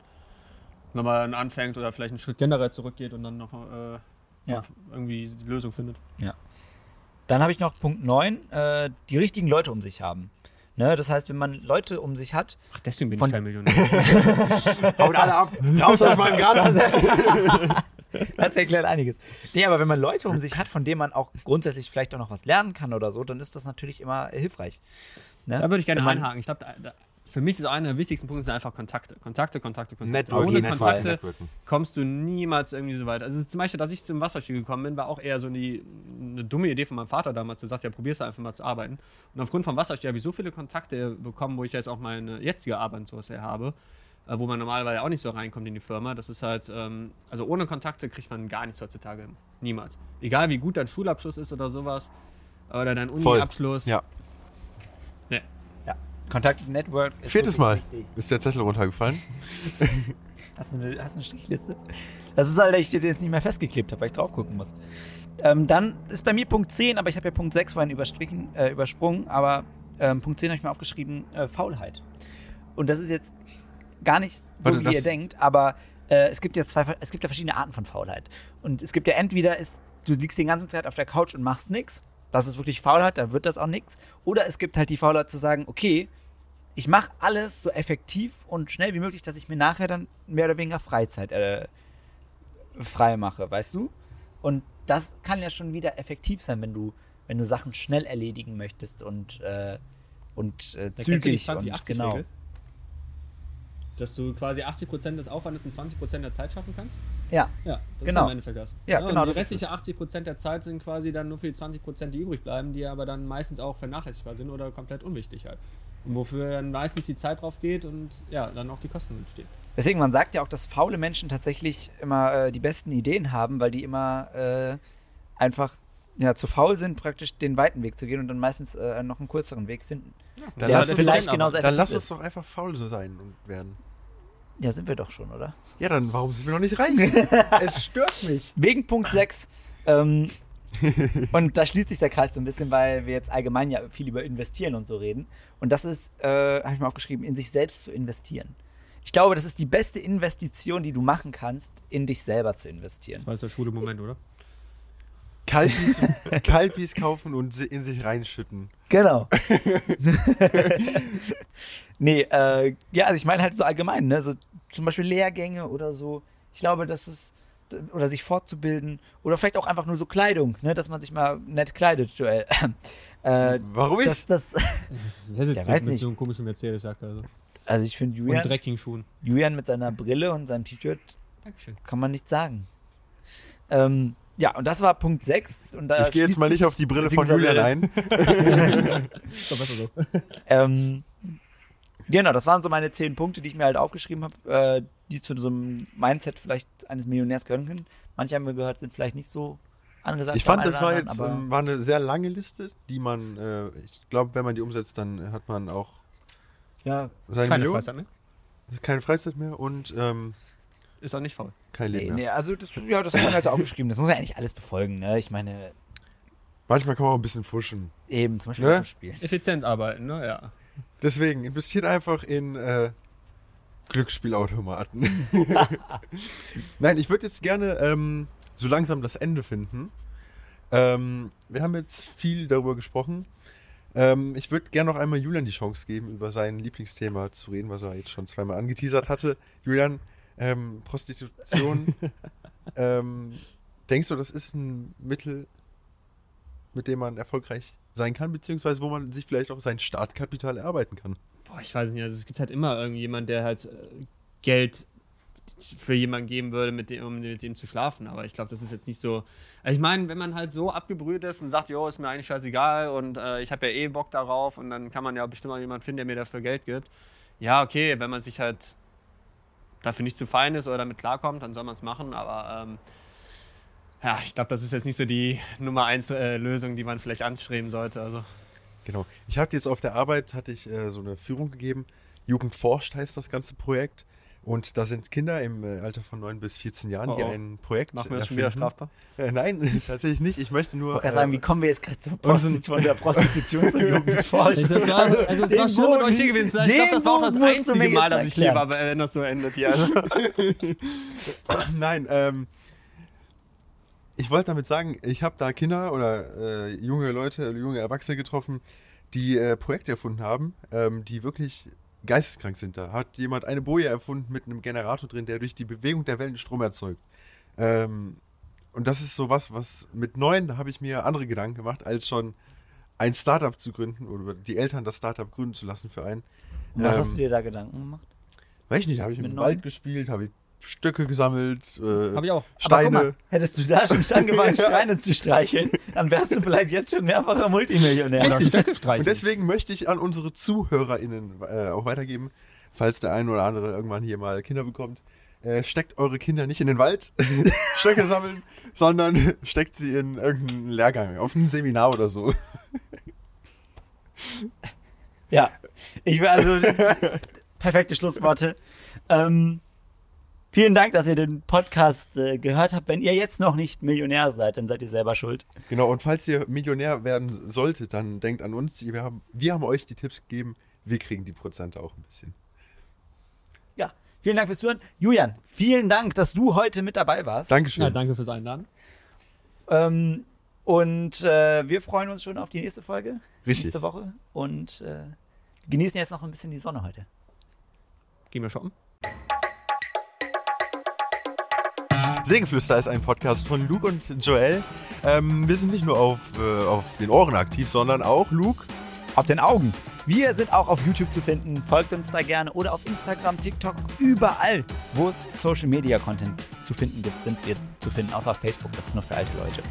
[SPEAKER 3] nochmal anfängt oder vielleicht einen Schritt generell zurückgeht und dann noch äh,
[SPEAKER 1] Ja.
[SPEAKER 3] irgendwie die Lösung findet.
[SPEAKER 1] Dann habe ich noch Punkt 9, äh, die richtigen Leute um sich haben. Ne? Das heißt, wenn man Leute um sich hat,
[SPEAKER 3] Ach, deswegen bin
[SPEAKER 1] Von-
[SPEAKER 3] ich kein Millionär.
[SPEAKER 2] Haut alle ab, raus aus meinem Garten.
[SPEAKER 1] das erklärt einiges. Nee, aber wenn man Leute um sich hat, von denen man auch grundsätzlich vielleicht auch noch was lernen kann oder so, dann ist das natürlich immer hilfreich. Ne?
[SPEAKER 3] Da würde ich gerne
[SPEAKER 1] Wenn man-
[SPEAKER 3] einhaken. Ich glaube, da- da- für mich ist einer der wichtigsten Punkte sind einfach Kontakte. Kontakte, Kontakte, Kontakte.
[SPEAKER 2] Networking,
[SPEAKER 3] Ohne
[SPEAKER 2] Networking.
[SPEAKER 3] Kontakte
[SPEAKER 2] Networking.
[SPEAKER 3] kommst du niemals irgendwie so weit. Also zum Beispiel, dass ich zum Wasserski gekommen bin, war auch eher so die, eine dumme Idee von meinem Vater damals. Er sagt, ja, probier's einfach mal zu arbeiten. Und aufgrund vom Wasserski habe ich so viele Kontakte bekommen, wo ich jetzt auch meine jetzige Arbeit und sowas her habe, äh, wo man normalerweise auch nicht so reinkommt in die Firma. Das ist halt, ähm, also ohne Kontakte kriegt man gar nichts heutzutage. Niemals. Egal wie gut dein Schulabschluss ist oder sowas, oder dein Uni-Abschluss.
[SPEAKER 2] Ja.
[SPEAKER 3] Nee.
[SPEAKER 1] Ja. Kontakt, Network. Ist wirklich
[SPEAKER 2] Viertes Mal
[SPEAKER 1] wichtig.
[SPEAKER 2] ist der Zettel runtergefallen.
[SPEAKER 1] Hast du eine, hast du eine Strichliste? Das ist halt, dass ich dir den jetzt nicht mehr festgeklebt habe, weil ich drauf gucken muss. Ähm, dann ist bei mir Punkt 10, aber ich habe ja Punkt 6 vorhin überstrichen, äh, übersprungen, aber ähm, Punkt 10 habe ich mir aufgeschrieben, äh, Faulheit. Und das ist jetzt gar nicht so,
[SPEAKER 2] Warte,
[SPEAKER 1] wie
[SPEAKER 2] das-
[SPEAKER 1] ihr denkt, aber äh, es gibt ja zwei, es gibt ja verschiedene Arten von Faulheit. Und es gibt ja entweder ist, du liegst den ganzen Zeit auf der Couch und machst nichts, das ist wirklich Faulheit, dann wird das auch nichts. Oder es gibt halt die Faulheit zu sagen, okay, ich mache alles so effektiv und schnell wie möglich, dass ich mir nachher dann mehr oder weniger Freizeit äh, frei mache, weißt du? Und das kann ja schon wieder effektiv sein, wenn du, wenn du Sachen schnell erledigen möchtest und, äh, und äh,
[SPEAKER 3] Da kennst du die
[SPEAKER 1] zügig. und,
[SPEAKER 3] 20-80-Regel?
[SPEAKER 1] genau.
[SPEAKER 3] Dass du quasi 80% des Aufwandes in 20% der Zeit schaffen kannst?
[SPEAKER 1] Ja,
[SPEAKER 3] Ja, das
[SPEAKER 1] Genau.
[SPEAKER 3] ist im Endeffekt das.
[SPEAKER 1] Ja, genau,
[SPEAKER 3] Und die
[SPEAKER 1] das ist
[SPEAKER 3] restlichen 80% der Zeit sind quasi dann nur für die 20%, die übrig bleiben, die aber dann meistens auch vernachlässigbar sind oder komplett unwichtig halt. Und wofür dann meistens die Zeit drauf geht und ja, dann auch die Kosten entstehen.
[SPEAKER 1] Deswegen, man sagt ja auch, dass faule Menschen tatsächlich immer äh, die besten Ideen haben, weil die immer äh, einfach ja, zu faul sind, praktisch den weiten Weg zu gehen und dann meistens äh, noch einen kürzeren Weg finden.
[SPEAKER 2] Dann
[SPEAKER 1] Der
[SPEAKER 2] lass uns-
[SPEAKER 1] vielleicht
[SPEAKER 3] aber-
[SPEAKER 1] genauso
[SPEAKER 2] Dann lass
[SPEAKER 1] effektiv
[SPEAKER 2] uns doch einfach faul so sein und werden.
[SPEAKER 1] ist. Ja, sind wir doch schon, oder?
[SPEAKER 2] Ja, dann warum sind wir noch nicht rein? es stört mich.
[SPEAKER 1] Wegen Punkt 6. Ähm, und da schließt sich der Kreis so ein bisschen, weil wir jetzt allgemein ja viel über Investieren und so reden. Und das ist, äh, habe ich mir aufgeschrieben, in sich selbst zu investieren. Ich glaube, das ist die beste Investition, die du machen kannst, in dich selber zu investieren.
[SPEAKER 3] Das war jetzt der schwule Moment, oder?
[SPEAKER 2] Kalbis, Kalbis kaufen und si- in sich reinschütten.
[SPEAKER 1] Genau. nee, äh, ja, also ich meine halt so allgemein, ne? So zum Beispiel Lehrgänge oder so. Ich glaube, dass es oder sich fortzubilden oder vielleicht auch einfach nur so Kleidung, ne, dass man sich mal nett kleidet, Joel. Äh,
[SPEAKER 2] Warum ich?
[SPEAKER 1] das, das,
[SPEAKER 3] Wer sitzt
[SPEAKER 1] weiß
[SPEAKER 3] jetzt mit
[SPEAKER 1] nicht.
[SPEAKER 3] so einem komischen Mercedes-Jacke? Also.
[SPEAKER 1] also ich finde
[SPEAKER 3] Und
[SPEAKER 1] Julian,
[SPEAKER 3] Dreckingschuhen.
[SPEAKER 1] Julian mit seiner Brille und seinem T-Shirt
[SPEAKER 3] Dankeschön.
[SPEAKER 1] kann man nichts sagen. Ähm, ja, und das war Punkt 6. Und da
[SPEAKER 2] ich gehe jetzt
[SPEAKER 1] schließt
[SPEAKER 2] mal
[SPEAKER 1] sich-
[SPEAKER 2] nicht auf die Brille von
[SPEAKER 1] beziehungsweise-
[SPEAKER 2] Julian ein.
[SPEAKER 3] Ist doch besser so.
[SPEAKER 1] Ähm, genau, das waren so meine zehn Punkte, die ich mir halt aufgeschrieben habe, äh, die zu so einem Mindset vielleicht eines Millionärs gehören können. Manche haben wir gehört, sind vielleicht nicht so angesagt.
[SPEAKER 2] Ich
[SPEAKER 1] beim
[SPEAKER 2] fand,
[SPEAKER 1] einen
[SPEAKER 2] das war
[SPEAKER 1] oder
[SPEAKER 2] jetzt
[SPEAKER 1] anderen,
[SPEAKER 2] ähm, war eine sehr lange Liste, die man, äh, ich glaube, wenn man die umsetzt, dann hat man auch
[SPEAKER 1] aber,
[SPEAKER 2] seine
[SPEAKER 3] Keine
[SPEAKER 2] Million,
[SPEAKER 3] Freizeit, ne?
[SPEAKER 2] keine Freizeit mehr und ähm,
[SPEAKER 3] Ist auch nicht faul.
[SPEAKER 2] kein
[SPEAKER 1] ja,
[SPEAKER 2] Leben
[SPEAKER 1] nee,
[SPEAKER 2] mehr.
[SPEAKER 1] nee, also das, ja, das haben wir jetzt aufgeschrieben. Das muss ja eigentlich alles befolgen, ne? Ich meine,
[SPEAKER 2] Manchmal kann man auch ein bisschen fuschen.
[SPEAKER 1] eben zum Beispiel
[SPEAKER 2] Ne?
[SPEAKER 1] ne? spielen.
[SPEAKER 3] Effizient arbeiten, ne? Ja.
[SPEAKER 2] Deswegen investiert einfach in äh, Glücksspielautomaten. Nein, ich würde jetzt gerne ähm, so langsam das Ende finden. Ähm, wir haben jetzt viel darüber gesprochen. Ähm, ich würde gerne noch einmal Julian die Chance geben, über sein Lieblingsthema zu reden, was er jetzt schon zweimal angeteasert hatte. Julian, ähm, Prostitution. ähm, denkst du, das ist ein Mittel, mit dem man erfolgreich sein kann, beziehungsweise wo man sich vielleicht auch sein Startkapital erarbeiten kann?
[SPEAKER 3] Boah, ich weiß nicht, also es gibt halt immer irgendjemand, der halt äh, Geld für jemanden geben würde, mit dem, um mit dem zu schlafen. Aber ich glaube, das ist jetzt nicht so. Also ich meine, wenn man halt so abgebrüht ist und sagt, jo, ist mir eigentlich scheißegal und äh, ich habe ja eh Bock darauf und dann kann man ja bestimmt auch jemanden finden, der mir dafür Geld gibt. Ja, okay, wenn man sich halt dafür nicht zu fein ist oder damit klarkommt, dann soll man es machen. Aber ähm, ja, ich glaube, das ist jetzt nicht so die Nummer eins äh, Lösung, die man vielleicht anstreben sollte. Also
[SPEAKER 2] Genau. Ich hatte jetzt auf der Arbeit hatte ich äh, so eine Führung gegeben. Jugend forscht heißt das ganze Projekt. Und da sind Kinder im äh, Alter von 9 bis 14 Jahren, die
[SPEAKER 3] Oh, oh.
[SPEAKER 2] ein Projekt
[SPEAKER 3] machen wir das schon wieder
[SPEAKER 2] erfinden.
[SPEAKER 3] strafbar.
[SPEAKER 2] Äh, nein, tatsächlich nicht. Ich möchte
[SPEAKER 1] Ich
[SPEAKER 2] nur.
[SPEAKER 1] wollte gerade sagen,
[SPEAKER 2] äh,
[SPEAKER 1] wie kommen wir jetzt gerade zur
[SPEAKER 2] Unsinn.
[SPEAKER 1] Prostitu von der Prostitution zur Jugendforschung?
[SPEAKER 3] Also, das war, also, also es
[SPEAKER 1] den
[SPEAKER 3] war schön, mit
[SPEAKER 1] Bogen-
[SPEAKER 3] euch hier gewesen zu sein. Ich glaube,
[SPEAKER 1] den
[SPEAKER 3] das war auch das
[SPEAKER 1] Bogen musst du mir
[SPEAKER 3] einzige
[SPEAKER 1] jetzt
[SPEAKER 3] Mal, dass ich hier
[SPEAKER 1] erklären.
[SPEAKER 3] war, wenn das so endet hier. Also,
[SPEAKER 2] Nein, ähm, ich wollte damit sagen, ich habe da Kinder oder äh, junge Leute, junge Erwachsene getroffen, die äh, Projekte erfunden haben, ähm, die wirklich geisteskrank sind. Da hat jemand eine Boje erfunden mit einem Generator drin, der durch die Bewegung der Wellen Strom erzeugt. Ähm, und das ist sowas, was mit neuen, da habe ich mir andere Gedanken gemacht, als schon ein Startup zu gründen oder die Eltern das Startup gründen zu lassen für einen.
[SPEAKER 1] Und was
[SPEAKER 2] Ähm,
[SPEAKER 1] hast du dir da Gedanken gemacht?
[SPEAKER 2] Weiß ich nicht, habe ich
[SPEAKER 1] Mit
[SPEAKER 2] im
[SPEAKER 1] neuen?
[SPEAKER 2] Wald gespielt, habe ich Stöcke gesammelt, äh,
[SPEAKER 3] Hab ich auch.
[SPEAKER 1] Aber guck
[SPEAKER 2] Steine.
[SPEAKER 1] mal, hättest du da schon angefangen,
[SPEAKER 2] Ja.
[SPEAKER 1] Steine zu streicheln, dann wärst du vielleicht jetzt schon mehrfacher Multimillionär.
[SPEAKER 3] Oder Stöcke streichen.
[SPEAKER 2] Und deswegen möchte ich an unsere ZuhörerInnen äh, auch weitergeben, falls der ein oder andere irgendwann hier mal Kinder bekommt. Äh, steckt eure Kinder nicht in den Wald, Stöcke sammeln, sondern steckt sie in irgendeinen Lehrgang, auf ein Seminar oder so.
[SPEAKER 1] Ja, ich will also perfekte Schlussworte. Ähm, vielen Dank, dass ihr den Podcast äh, gehört habt. Wenn ihr jetzt noch nicht Millionär seid, dann seid ihr selber schuld.
[SPEAKER 2] Genau, und falls ihr Millionär werden solltet, dann denkt an uns. Wir haben, wir haben euch die Tipps gegeben, wir kriegen die Prozente auch ein bisschen.
[SPEAKER 1] Ja, vielen Dank fürs Zuhören. Julian, vielen Dank, dass du heute mit dabei warst.
[SPEAKER 2] Dankeschön.
[SPEAKER 3] Ja, danke fürs Einladen.
[SPEAKER 1] Ähm, und äh, wir freuen uns schon auf die nächste Folge.
[SPEAKER 2] Richtig.
[SPEAKER 1] Nächste Woche. Und äh, genießen jetzt noch ein bisschen die Sonne heute.
[SPEAKER 3] Gehen wir shoppen.
[SPEAKER 2] Segenflüster ist ein Podcast von Luke und Joel. Ähm, wir sind nicht nur auf, äh, auf den Ohren aktiv, sondern auch Luke.
[SPEAKER 1] Auf den Augen. Wir sind auch auf YouTube zu finden. Folgt uns da gerne oder auf Instagram, TikTok, überall, wo es Social Media Content zu finden gibt, sind wir zu finden. Außer auf Facebook, das ist nur für alte Leute.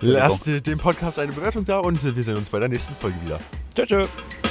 [SPEAKER 2] Lasst äh, dem Podcast eine Bewertung da und äh, wir sehen uns bei der nächsten Folge wieder.
[SPEAKER 1] Tschüss. tschüss.